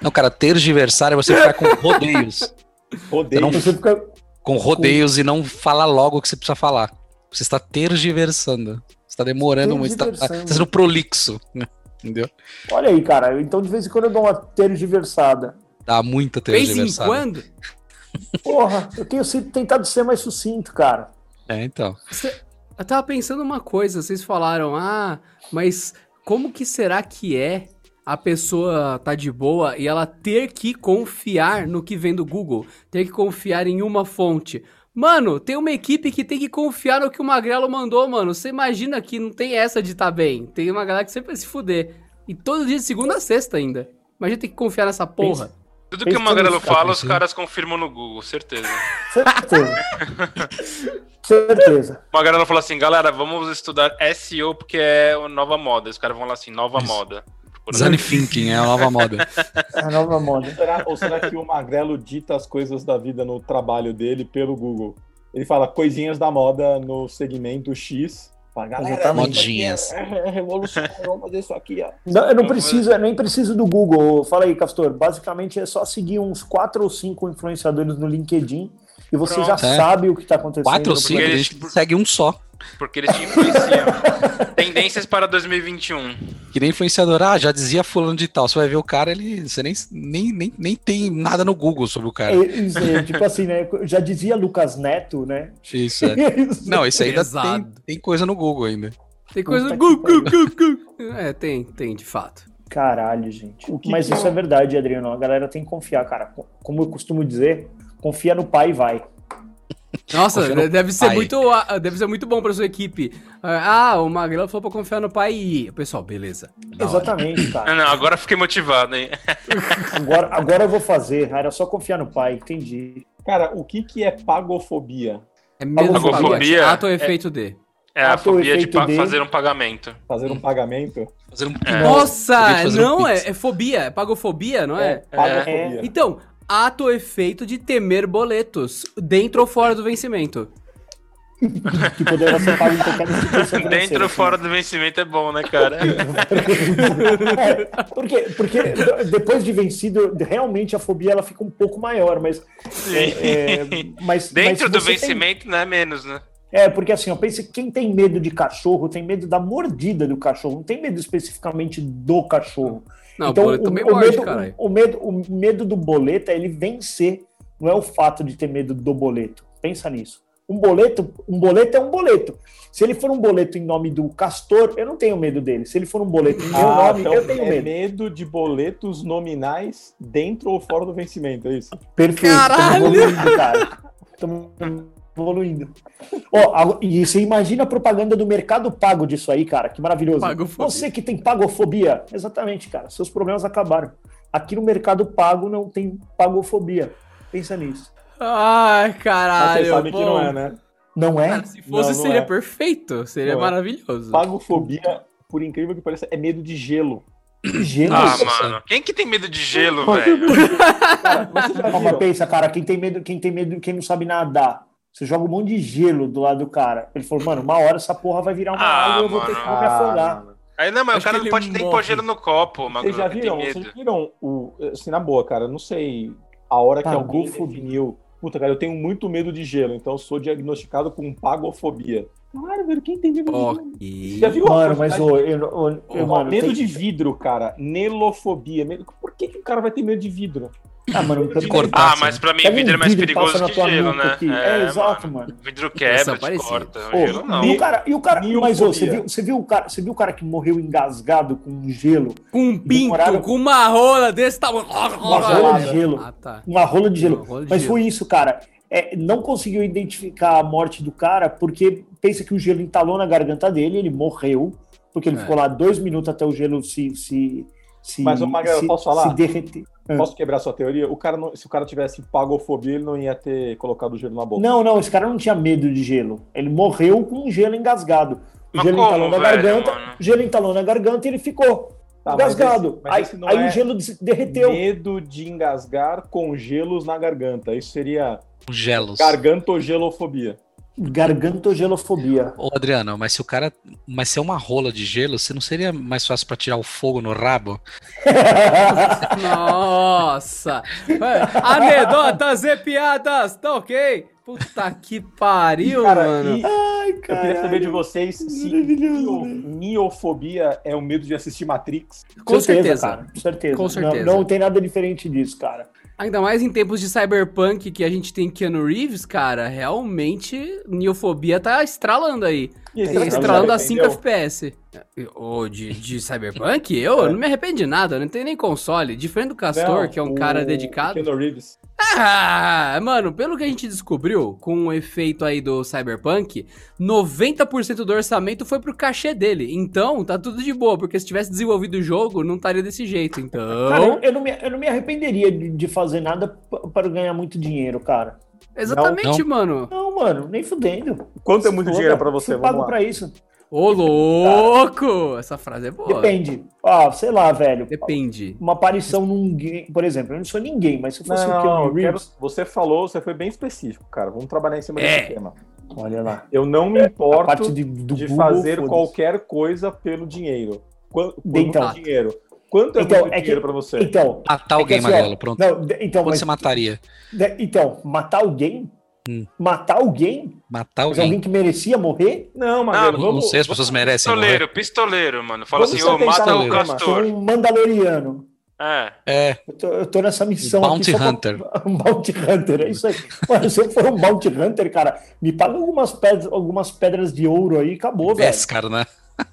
Não, cara, tergiversar é você ficar *laughs* com rodeios. *laughs* Odeio. Não- Você fica... Com rodeios e não falar logo o que você precisa falar. Você está tergiversando. Você está demorando muito. Você está, Tergiversando. está sendo prolixo. né? Entendeu? Olha aí, cara. Então, de vez em quando, eu dou uma tergiversada. Dá muita Vez em tergiversada. quando, Porra, eu tenho sempre tentado ser mais sucinto, cara. É, então. cê- eu tava pensando uma coisa, vocês falaram, ah, mas como que será que é a pessoa tá de boa e ela ter que confiar no que vem do Google? Ter que confiar em uma fonte. Mano, tem uma equipe que tem que confiar no que o Magrelo mandou, mano. Você imagina que não tem essa de tá bem. Tem uma galera que sempre vai se fuder. E todo dia de segunda a sexta ainda. Imagina ter que confiar nessa porra. Tudo que o Pensa Magrelo nisso, fala, os pensando. caras confirmam no Google, certeza. *laughs* Certeza. Certeza. O Magrelo fala assim, galera, vamos estudar SEO porque é a nova moda. Os caras vão lá assim, nova Isso. moda. Por Design thinking é a nova moda. É a nova moda. Será- ou será que o Magrelo dita as coisas da vida no trabalho dele pelo Google? Ele fala coisinhas da moda no segmento X. Fala, galera, Exatamente. Modinhas. É revolucionário, vamos fazer isso aqui, ó. Não, eu não preciso, eu nem preciso do Google. Fala aí, Castor. Basicamente é só seguir uns quatro ou cinco influenciadores no LinkedIn e você Pronto. já É. sabe o que tá acontecendo. Quatro ou no cinco, planeta. a gente segue um só. Porque eles te influenciam. Tendências para 2021. Que nem influenciador. Ah, já dizia fulano de tal. Você vai ver o cara, ele. Você nem, nem, nem, nem tem nada no Google sobre o É, cara. isso, é, tipo assim, né? Já dizia Lucas Neto, né? Isso, é. *laughs* Isso. Não, isso ainda Pesado. tem, tem coisa no Google ainda. Tem coisa. Puta que gu, gu, gu, gu. É, tem, tem, de fato. Caralho, gente. O que Mas que isso é? é verdade, Adriano. A galera tem que confiar, cara. Co- Como eu costumo dizer, confia no pai e vai. Nossa, Confia no deve ser, pai. muito, ah, deve ser muito bom pra sua equipe. Ah, o Magrelo falou pra confiar no pai e. ir. Pessoal, beleza. Da hora. Exatamente, Ah, cara. não, agora eu fiquei motivado, hein? Agora, agora eu vou fazer. Era só confiar no pai, entendi. Cara, o que, que é pagofobia? É menos Agofobia. pagode. Ato ou efeito D. É a Ah, foi o fobia de efeito pa- dele. fazer um pagamento. Fazer um pagamento? Fazer um É. Acabei de Nossa, fazer um não, é, pix. é fobia, é pagofobia, não é? pagofobia. Então, ato ou efeito de temer boletos, dentro ou fora do vencimento. Que poderá ser pago em qualquer instituição financeira. *laughs* assim. Dentro ou fora do vencimento é bom, né, cara? É, porque, porque depois de vencido, realmente a fobia ela fica um pouco maior, mas. é, mas Dentro mas do você tem- vencimento não é menos, né? É, porque assim, eu penso que quem tem medo de cachorro tem medo da mordida do cachorro, não tem medo especificamente do cachorro. Não, boleto também morde, medo, caralho. Então, o, medo, o medo do boleto é ele vencer, não é o fato de ter medo do boleto. Pensa nisso. Um boleto, um boleto é um boleto. Se ele for um boleto em nome do castor, eu não tenho medo dele. Se ele for um boleto em meu Ah, nome, então eu tenho é medo. de boletos nominais dentro ou fora do vencimento, é isso? Perfeito. Caralho! Tamo evoluindo, cara. Tamo evoluindo. Ó, a- e você imagina a propaganda do mercado pago disso aí, cara. Que maravilhoso. Pagofobia. Você que tem pagofobia. Exatamente, cara. Seus problemas acabaram. Aqui no mercado pago não tem pagofobia. Pensa nisso. Ai, caralho. Vocês sabem que bom. não é, né? Não é? Cara, se fosse, Não, não seria é. perfeito, seria Não é. maravilhoso. Pagofobia, por incrível que pareça, é medo de gelo. Gelo. Ah, Nossa. mano. Quem que tem medo de gelo, velho? Cara, mas vocês já Não, mas viram? pensa, cara. Quem tem medo, quem tem medo, quem não sabe nadar. Você joga um monte de gelo do lado do cara. Ele falou, mano, uma hora essa porra vai virar uma Ah, água e eu vou ter que mano. me afogar. mano. Aí não, mas Acho o que cara não ele pode nem pôr morre. gelo no copo, Magro. Vocês já ele tem viram? Vocês já medo. viram o. Assim, na boa, cara, eu não sei a hora que alguém Pagofobia. definiu. Puta, cara, eu tenho muito medo de gelo, então eu sou diagnosticado com pagofobia. Caralho, velho, quem tem medo de gelo? Ok. Já viu a Mano, mas quantidade ô, eu, eu- eu- Ó, mano, medo tem- de vidro, cara. Nelofobia. Medo- Por que, que o cara vai ter medo de vidro? Ah, mano, de corta. Ah, Passa, né? mas pra mim Pega um vidro é mais vidro e passa perigoso na que tua gelo, nuca né? aqui. É, exato, mano. Vidro Essa quebra, te parecia. corta. Ô, gelo E não. o cara, e o cara Miofobia. mas ô, você viu, você viu o cara, você viu o cara que morreu engasgado com gelo, Com um pinto, Demoraram- com uma rola desse tamanho. uma rola de gelo, Ah, tá. uma rola de gelo. Uma rola de mas gelo. foi isso, cara. É, não conseguiu identificar a morte do cara porque pensa que o gelo entalou na garganta dele, ele morreu porque ele É. ficou lá dois minutos até o gelo se se se, Mas, ô, Magrelo, se, posso falar? se derreter. Ah. Posso quebrar sua teoria? O cara não- se o cara tivesse pagofobia, ele não ia ter colocado gelo na boca. Não, não, esse cara não tinha medo de gelo. Ele morreu com um gelo engasgado. O Mas gelo como, entalou na velho, garganta, mano? o gelo entalou na garganta e ele ficou Tá, mas engasgado. esse- mas aí esse não aí é o gelo des- derreteu. Medo de engasgar com gelos na garganta. Isso seria com gelos. gargantogelofobia. *laughs* Gargantogelofobia. Ô, Adriano, mas se o cara. Mas se é uma rola de gelo, você não seria mais fácil pra tirar o fogo no rabo? *laughs* Nossa! É, Anedotas e piadas! Tá ok? Puta que pariu, mano. e Ai, eu queria saber de vocês se Maravilhoso, mio- né? miofobia é o medo de assistir Matrix. Com certeza. cara. Com certeza. Com Não- certeza. Não, tem nada diferente disso, cara. Ainda mais em tempos de cyberpunk que a gente tem Keanu Reeves, cara, realmente neofobia tá estralando aí. E aí, Tá será que estralando assim você a 5 É, entendeu? FPS. Ou de, de cyberpunk? Eu, eu não me arrependo de nada, eu não tenho nem console. Diferente do Castor, Não, que é um o- cara o dedicado. Keanu Reeves. Ah, mano, pelo que a gente descobriu, com o efeito aí do Cyberpunk, 90% do orçamento foi pro cachê dele. Então, tá tudo de boa, porque se tivesse desenvolvido o jogo, não estaria desse jeito. Cara, eu, Então, eu não me, eu não me arrependeria de, de fazer nada p- para ganhar muito dinheiro, cara. exatamente, mano. Não, mano, nem fudendo. Quanto é muito dinheiro pra você? Eu pago Vamos lá. pra isso. Ô, louco! Essa frase é boa. Depende. Ah, sei lá, velho. Depende. Uma aparição num game, por exemplo, eu não sou ninguém, mas se eu fosse Não, o Keanu eu quero- Reeves, Você falou, você foi bem específico, cara. Vamos trabalhar em cima É. desse tema. olha lá. Eu não me É, A parte importo de, do de Google, fazer foda-se. qualquer coisa pelo dinheiro. Quan- Por muito Então. dinheiro. Quanto é Então, muito é que- dinheiro pra você? Então, Matar alguém, assim, ó, Magrelo, pronto. não, de- então, Quando mas- você mataria? de- então, matar alguém? Hum. Matar alguém? Matar Mas alguém? alguém que merecia morrer? Não, mas Não, Eu Não sei, as pessoas merecem. morrer. Pistoleiro, pistoleiro, mano. Fala Vamos assim, ô, tentar mata o pistoleiro. Sou castor. um mandaloriano. É. É, Eu tô, eu tô nessa missão Bounty aqui. só pra- Hunter. *laughs* um bounty hunter, é isso aí. Mano, se eu for um bounty hunter, cara, me paga algumas pedras, algumas pedras de ouro aí, acabou, velho. esse cara, né?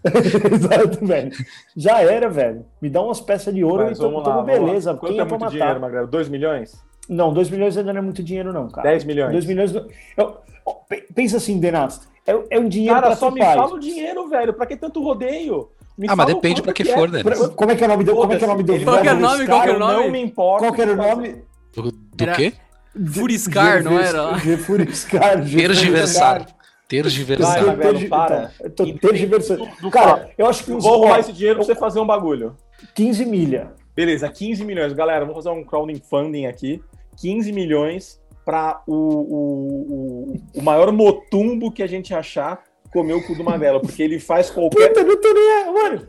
*laughs* Exato, velho. Já era, velho. Me dá umas peças de ouro Mas e tô, vamos tô lá, com vamos lá. beleza. Quanto Quem é eu vou muito matar? dinheiro, Magrelo? 2 milhões? Não, 2 milhões ainda não é muito dinheiro, não, cara. 10 milhões? 2 milhões. não- Eu- pe- pensa assim, Denato. É, é um dinheiro Cara, pra só tu me faz. fala o dinheiro, velho. Pra que tanto rodeio? Me Ah, mas fala o depende quanto pra que for, né? Pra- como um é que é o nome do. Como é que é o nome do. Foda-se, Qual que é o do- nome? do- Qual que é o Eu nome? não me importo. Qual que era o nome? Do, do Era- quê? Furiscar, não era? Furiscar. Tergiversar. Vai, Tergiversar. Vai, Magrelo, tergi- para. então, eu tô tergiversando. Cara, eu acho que Eu uns Vou ó, arrumar esse dinheiro pra você fazer um bagulho. 15 milha. Beleza, 15 milhões. Galera, vamos fazer um crowdfunding aqui. 15 milhões pra o, o, o, o maior motumbo que a gente achar comer o cu do Magrelo, porque ele faz qualquer... Puta, não tô nem. aí, Mano,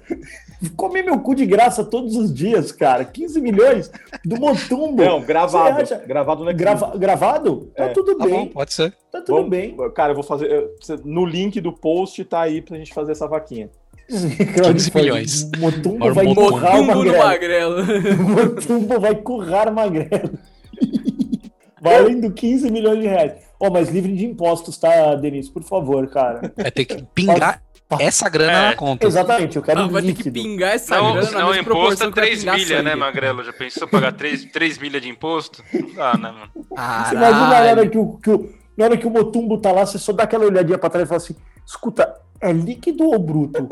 comer meu cu de graça todos os dias, cara. 15 milhões do Motumbo. Não, gravado. Você acha- Gravado não é Grava- gravado? Tá É. tudo Tá bom, bem. pode ser. Tá tudo Vamos- bem. Cara, eu vou fazer. eu- cê- No link do post tá aí pra gente fazer essa vaquinha. 15 milhões. Motumbo Ora, vai Motumbo. empurrar o Mundo do magrelo. Magrelo. Motumbo vai currar o magrelo. Valendo 15 milhões de reais. Ó, mas livre de impostos, tá, Denise? Por favor, cara. Vai É ter que pingar essa grana É. na conta. Exatamente, eu quero Ah, um vai ter que líquido. pingar essa Não, grana na não mesma imposto proporção é que vai 3 pingar milha, né, sangue. Magrelo? Já pensou pagar 3, três milha de imposto? Não dá, né, mano? Você imagina na hora Caralho. que o, que o- na hora que o Motumbo tá lá, você só dá aquela olhadinha pra trás e fala assim: escuta, é líquido ou bruto?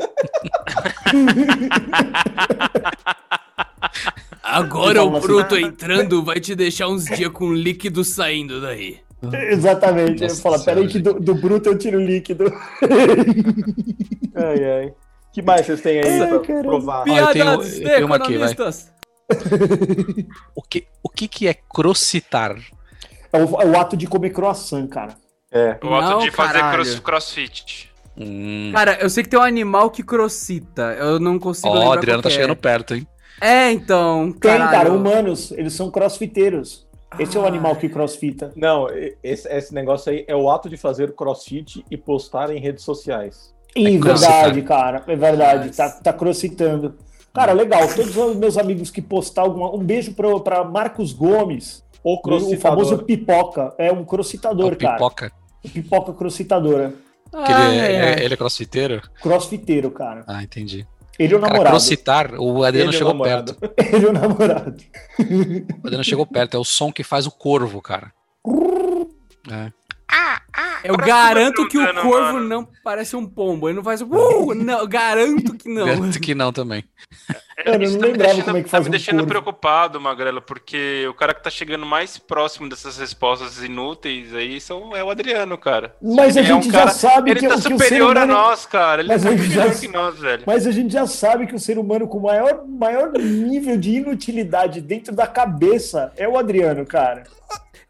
Agora Fala o assim. bruto entrando vai te deixar uns dias com líquido saindo daí. *laughs* Exatamente. Ele Nossa fala: Senhora, peraí, que do, do bruto eu tiro o líquido. Ai, ai. que mais vocês têm aí Ai, pra caramba. provar? Ah, eu tenho- eu Piadas tenho uma aqui, vai. economistas. O que, o que, que é crocitar? É o, é o ato de comer croissant, cara. É. O ato Não, de fazer caralho. cross- crossfit. Hum. Cara, eu sei que tem um animal que crocita. Eu não consigo Ó, lembrar o Adriano qual tá que é. chegando perto, hein? É, então, Tem, caralho. cara, humanos, eles são crossfiteiros. Esse é o Ah. animal que crossfita. Não, e- esse, esse negócio aí é o ato de fazer crossfit e postar em redes sociais. Ih, crossfit. verdade, cara. É verdade. Tá, Nossa. tá crossfitando. Cara, legal. Todos os meus amigos que postar alguma. Um beijo pro, pra Marcos Gomes, Ou o famoso pipoca. É um Ó, crossitador, cara. pipoca. Pipoca crossitadora. Que ele, Ah, é, é. é- ele é crossfiteiro? Crossfiteiro, cara. Ah, entendi. Ele é o Cara, namorado. crocitar, o Adriano Ele é o chegou namorado. perto. *laughs* Ele é o namorado. O Adriano chegou perto. É o som que faz o corvo, *laughs* cara. É. Eu garanto que o Adriano, corvo mano. não parece um pombo. Ele não faz um. Uh, não, eu garanto que não. Garanto é que não também. Cara, eu não Isso lembrava tá deixando, como é que tá faz me um deixando corvo. preocupado, Magrelo, porque o cara que tá chegando mais próximo dessas respostas inúteis aí são, é o Adriano, cara. Mas a Ele é um gente cara- já sabe Ele que, tá o- que o ser superior a humano... nós, cara. Ele tá Mas a gente superior já- que nós, velho. Mas a gente já sabe que o ser humano com o maior, maior nível de inutilidade dentro da cabeça é o Adriano, cara.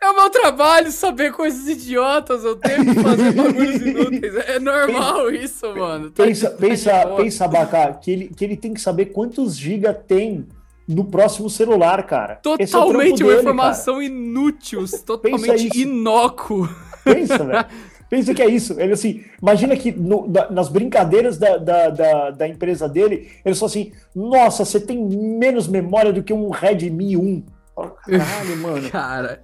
É o meu trabalho saber coisas idiotas. Eu tenho que *laughs* fazer bagulhos inúteis. É normal isso, mano. Tá Pensa, de- tá de pensa, boa. pensa Abacá, que ele, que ele tem que saber quantos giga tem no próximo celular, cara. Esse é o trampo Totalmente uma dele, informação inútil, isso. totalmente inócuo. *laughs* cara. Pensa, velho. Pensa que é isso. Ele assim, imagina que no- da- nas brincadeiras da, da, da, da empresa dele, ele só assim, nossa, você tem menos memória do que um Redmi 1. Caralho, mano. Cara,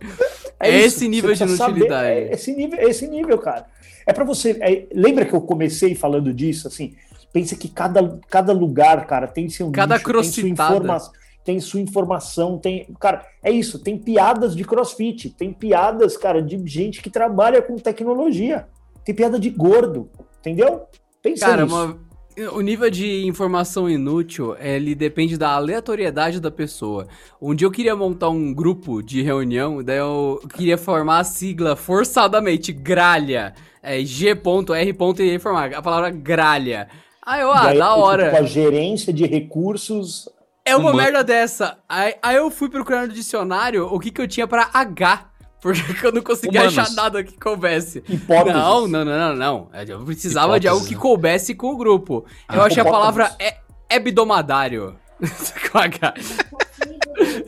É É isso, esse nível você de precisa inutilidade. é esse nível, é esse nível, cara. É pra você. é- lembra que eu comecei falando disso, assim? Pensa que cada, cada lugar, cara, tem seu Cada nicho, tem sua crossitada. informação, tem sua informação, tem, cara, é isso. Tem piadas de CrossFit, tem piadas, cara, de gente que trabalha com tecnologia, tem piada de gordo, entendeu? Pensa cara nisso. uma- o nível de informação inútil, ele depende da aleatoriedade da pessoa. Um dia eu queria montar um grupo de reunião, daí eu queria formar a sigla forçadamente, gralha. É, G.R. e aí formar a palavra gralha. Aí eu, E ah, aí, da tipo, hora. a gerência de recursos É uma Humano. merda dessa. Aí, aí eu fui procurar no dicionário o que, que eu tinha pra H. *laughs* Porque eu não conseguia Humanos. achar nada que coubesse. Hipóteses. Não, não, não, não, não. É, Eu precisava de Hipóteses, algo que né? coubesse com o grupo. eu Ah, achei a hipóteses. palavra é, hebdomadário. *laughs* com H.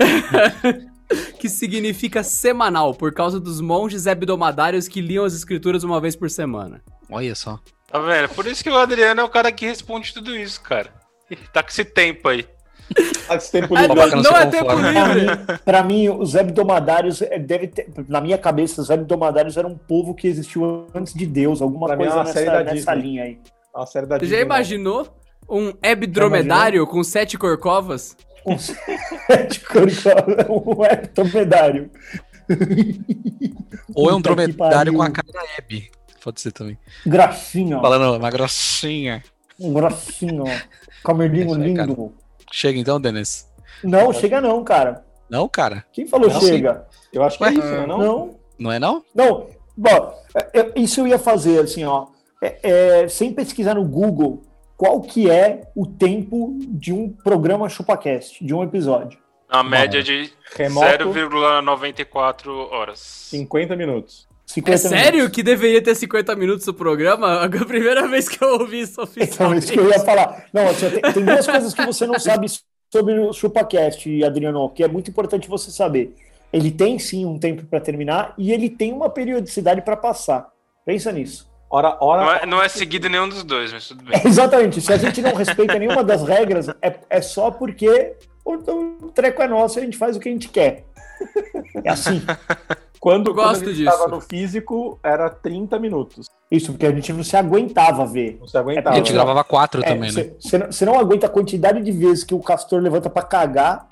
*laughs* que significa semanal, por causa dos monges hebdomadários que liam as escrituras uma vez por semana. Olha só. Tá vendo? Por isso que o Adriano é o cara que responde tudo isso, cara. *laughs* Ele tá com esse tempo aí. Esse tempo Ah, livre. babaca não, não não se é tempo conforma. *laughs* Pra livre. mim, pra mim, os hebdomadários eh, deve ter. Na minha cabeça, os hebdomadários eram um povo que existiu antes de Deus, alguma Pra mim é coisa uma série nessa, da Disney. nessa linha aí. A série da né? Você já imaginou um hebdromedário com sete corcovas? de Corcovado, *laughs* um hectomedário. Ou é um Puta que dromedário pariu. com a cara da Hebe. Pode ser também. Gracinha, ó. Falando uma grossinha. Um gracinho, ó. Camerlinho É isso aí, lindo. Chega então, Denis. Não, chega não, cara. Não, cara. Quem falou Não, chega? Eu acho que é Ué? isso, né, não? Não, Não é não? Não, bom, é, é, isso eu ia fazer, assim, ó. É, é, sem pesquisar no Google qual que é o tempo de um programa ChupaCast, de um episódio. A média de é Remoto, 0,94 horas. 50 minutos. 50 É sério minutos. que deveria ter 50 minutos o programa? *laughs* A primeira vez que eu ouvi isso *laughs* Então, oficialmente. isso que eu ia falar. Não, assim, tem, tem duas coisas *laughs* que você não sabe sobre o ChupaCast, Adriano, que é muito importante você saber. Ele tem sim um tempo para terminar e ele tem uma periodicidade para passar. Pensa nisso. Hora, Não hora. é, não é seguido nenhum dos dois, mas tudo É. bem. *laughs* Exatamente. Se a gente não respeita nenhuma das regras, é, é só porque o, o treco é nosso e a gente faz o que a gente quer. *laughs* É assim. é. Quando, Eu gosto quando a gente disso. tava no físico, era 30 minutos. Isso, porque a gente não se aguentava ver. Não se A aguentava. gente gravava quatro também, né? Você não, Tá, É, cê não aguenta a quantidade de vezes que o castor levanta pra cagar.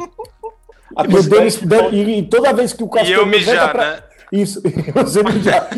A é E, o Denis- possibilidade- e- e toda vez que o E castor eu levanta mijar, pra- né? Isso, *laughs* e você mijar.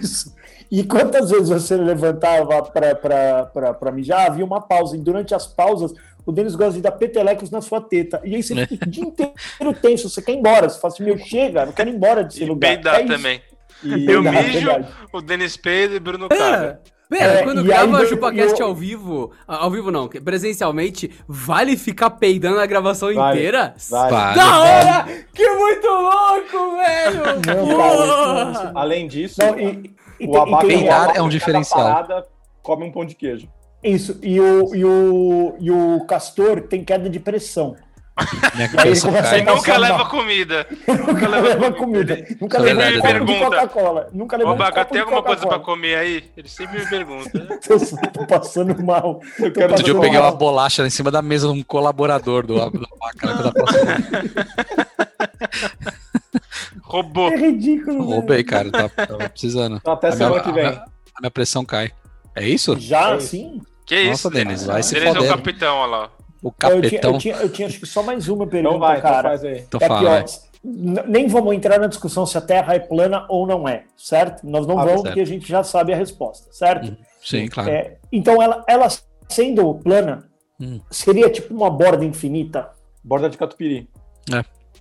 Isso. E quantas vezes você levantava pra- pra- pra pra mijar, havia uma pausa. E durante as pausas, o Denis gosta de dar petelecos na sua teta. E aí você fica o dia inteiro tenso, você quer ir embora. Você fala assim, meu, chega, eu não quero ir embora desse E lugar. peidar É isso. também. E- Eu Peidar, mijo. verdade. O Denis Pedro e Ah, Bruno Caga. Pera, É, quando e grava aí, o ChupaCast eu- ao vivo, a- ao vivo não, presencialmente, vale ficar peidando a gravação Vale, inteira? vale. Vale. Da hora! Que muito louco, velho! Não, cara, isso- Uou! isso- Além *laughs* disso, Não, e- e o tem- e abate tem- Peidar abate é um cada diferencial. parada, come um pão de queijo. Isso, e o, e, o, e o castor tem queda de pressão. Minha *laughs* aí ele cabeça começa a cai. Não, Nunca não. leva comida. Nunca leva leva comida. comida. Nunca Isso é leva um verdade, copo de pergunta. Coca-Cola. Nunca leva Ô, um Baga, copo tem de alguma coisa pra Coca-Cola. comer aí? Ele sempre me pergunta. né? Eu tô passando mal. Eu quero- Outro dia eu peguei uma bolacha em cima da mesa de um colaborador do da máquina. quando eu passei. Roubou. É ridículo. velho. Roubei, cara. Tava, tava precisando. Então, até A minha, semana que a vem. minha- a minha pressão cai. É isso? Já, É isso. sim. Que Nossa, isso? Denis, vai se Denis é o foder. capitão, olha lá. O Eu tinha, eu, capetão. tinha, eu tinha acho que só mais uma pergunta, Então vai, então um cara. faz aí. Então É fala, pior. vai. N- Nem vamos entrar na discussão se a Terra é plana ou não é, certo? Nós não Ah, vamos, certo. porque a gente já sabe a resposta, certo? Sim, claro. É, então, ela, ela sendo plana, Hum. seria tipo uma borda infinita? Borda de catupiry.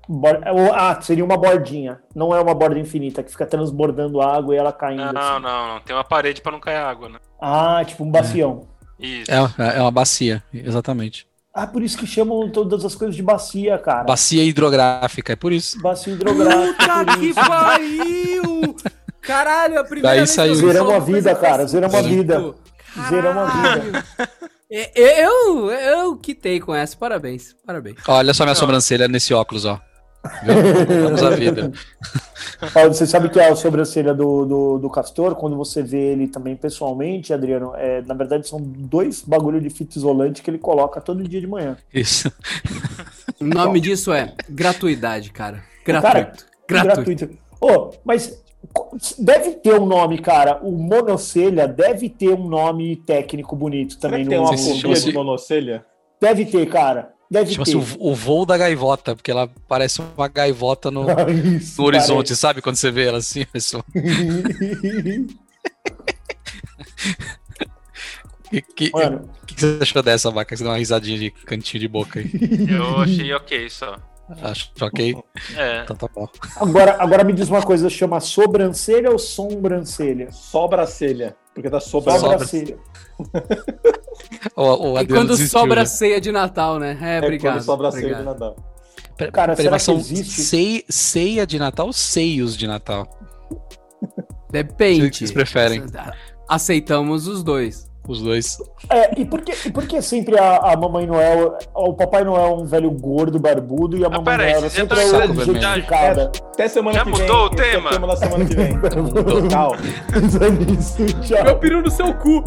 Bor- ou- Ah, seria uma bordinha. Não é uma borda infinita que fica transbordando água e ela caindo. Não, assim. não, não. Tem uma parede pra não cair água, né? Ah, tipo um bacião. Isso. É, é uma bacia, exatamente. Ah, por isso que chamam todas as coisas de bacia, cara. Bacia hidrográfica, é por isso. *laughs* Bacio hidrográfico. Puta por que isso. é pariu! Caralho, a primeira Daí vez que eu saiu. vi Zeramos uma a vida, coisa cara, desse zeramos a tipo. vida. Zeramos a Caralho. É, Eu, eu quitei com essa, parabéns, parabéns. Ó, Olha só minha Não. sobrancelha nesse óculos, ó. Viu? Vamos à *laughs* vida. Ó, Você sabe que a sobrancelha do, do, do castor, quando você vê ele também pessoalmente, Adriano, é, na verdade são dois bagulho de fita isolante que ele coloca todo dia de manhã. Isso. O nome disso é gratuidade, cara. Cara, Gratuito. gratuito. Ô, mas co- deve ter um nome, cara. O monocelha deve ter um nome técnico bonito Será também. que tem no- uma Sim, sim, fobia chama-se- de monocelha? Deve ter, cara. Deve ter. Chama-se *laughs* o, o voo da gaivota, porque ela parece uma gaivota no, no Isso, horizonte, sabe? Quando você vê ela assim, pessoal. parece. Que, que, *laughs* Mano, que que você achou dessa vaca? Você deu uma risadinha de cantinho de boca aí. Eu achei ok só. Acho ok. É. Então tá bom. agora, agora me diz uma coisa: chama sobrancelha ou sobrancelha? Sobracelha. Porque tá sobra. Sobra- Sobrancelha. O, o E Adriano quando desistiu né? sobra a já. ceia de Natal, né? É, É, obrigado. quando sobra obrigado. ceia de Natal. Pera- Cara, peraí, será mas que são existe? cei- ceia de Natal, seios de Natal, Depende. Vocês preferem? Aceitamos os dois. os dois. É, e por que, e por que sempre a, a Mamãe Noel, o Papai Noel é um velho gordo, barbudo, e a Ah, Mamãe peraí, Noel é você sempre tá É, é com- objetificada? Até semana Já que vem. mudou o Esse é tema? *laughs* o tema da semana que vem. Tchau. Isso, tchau. peru no seu cu!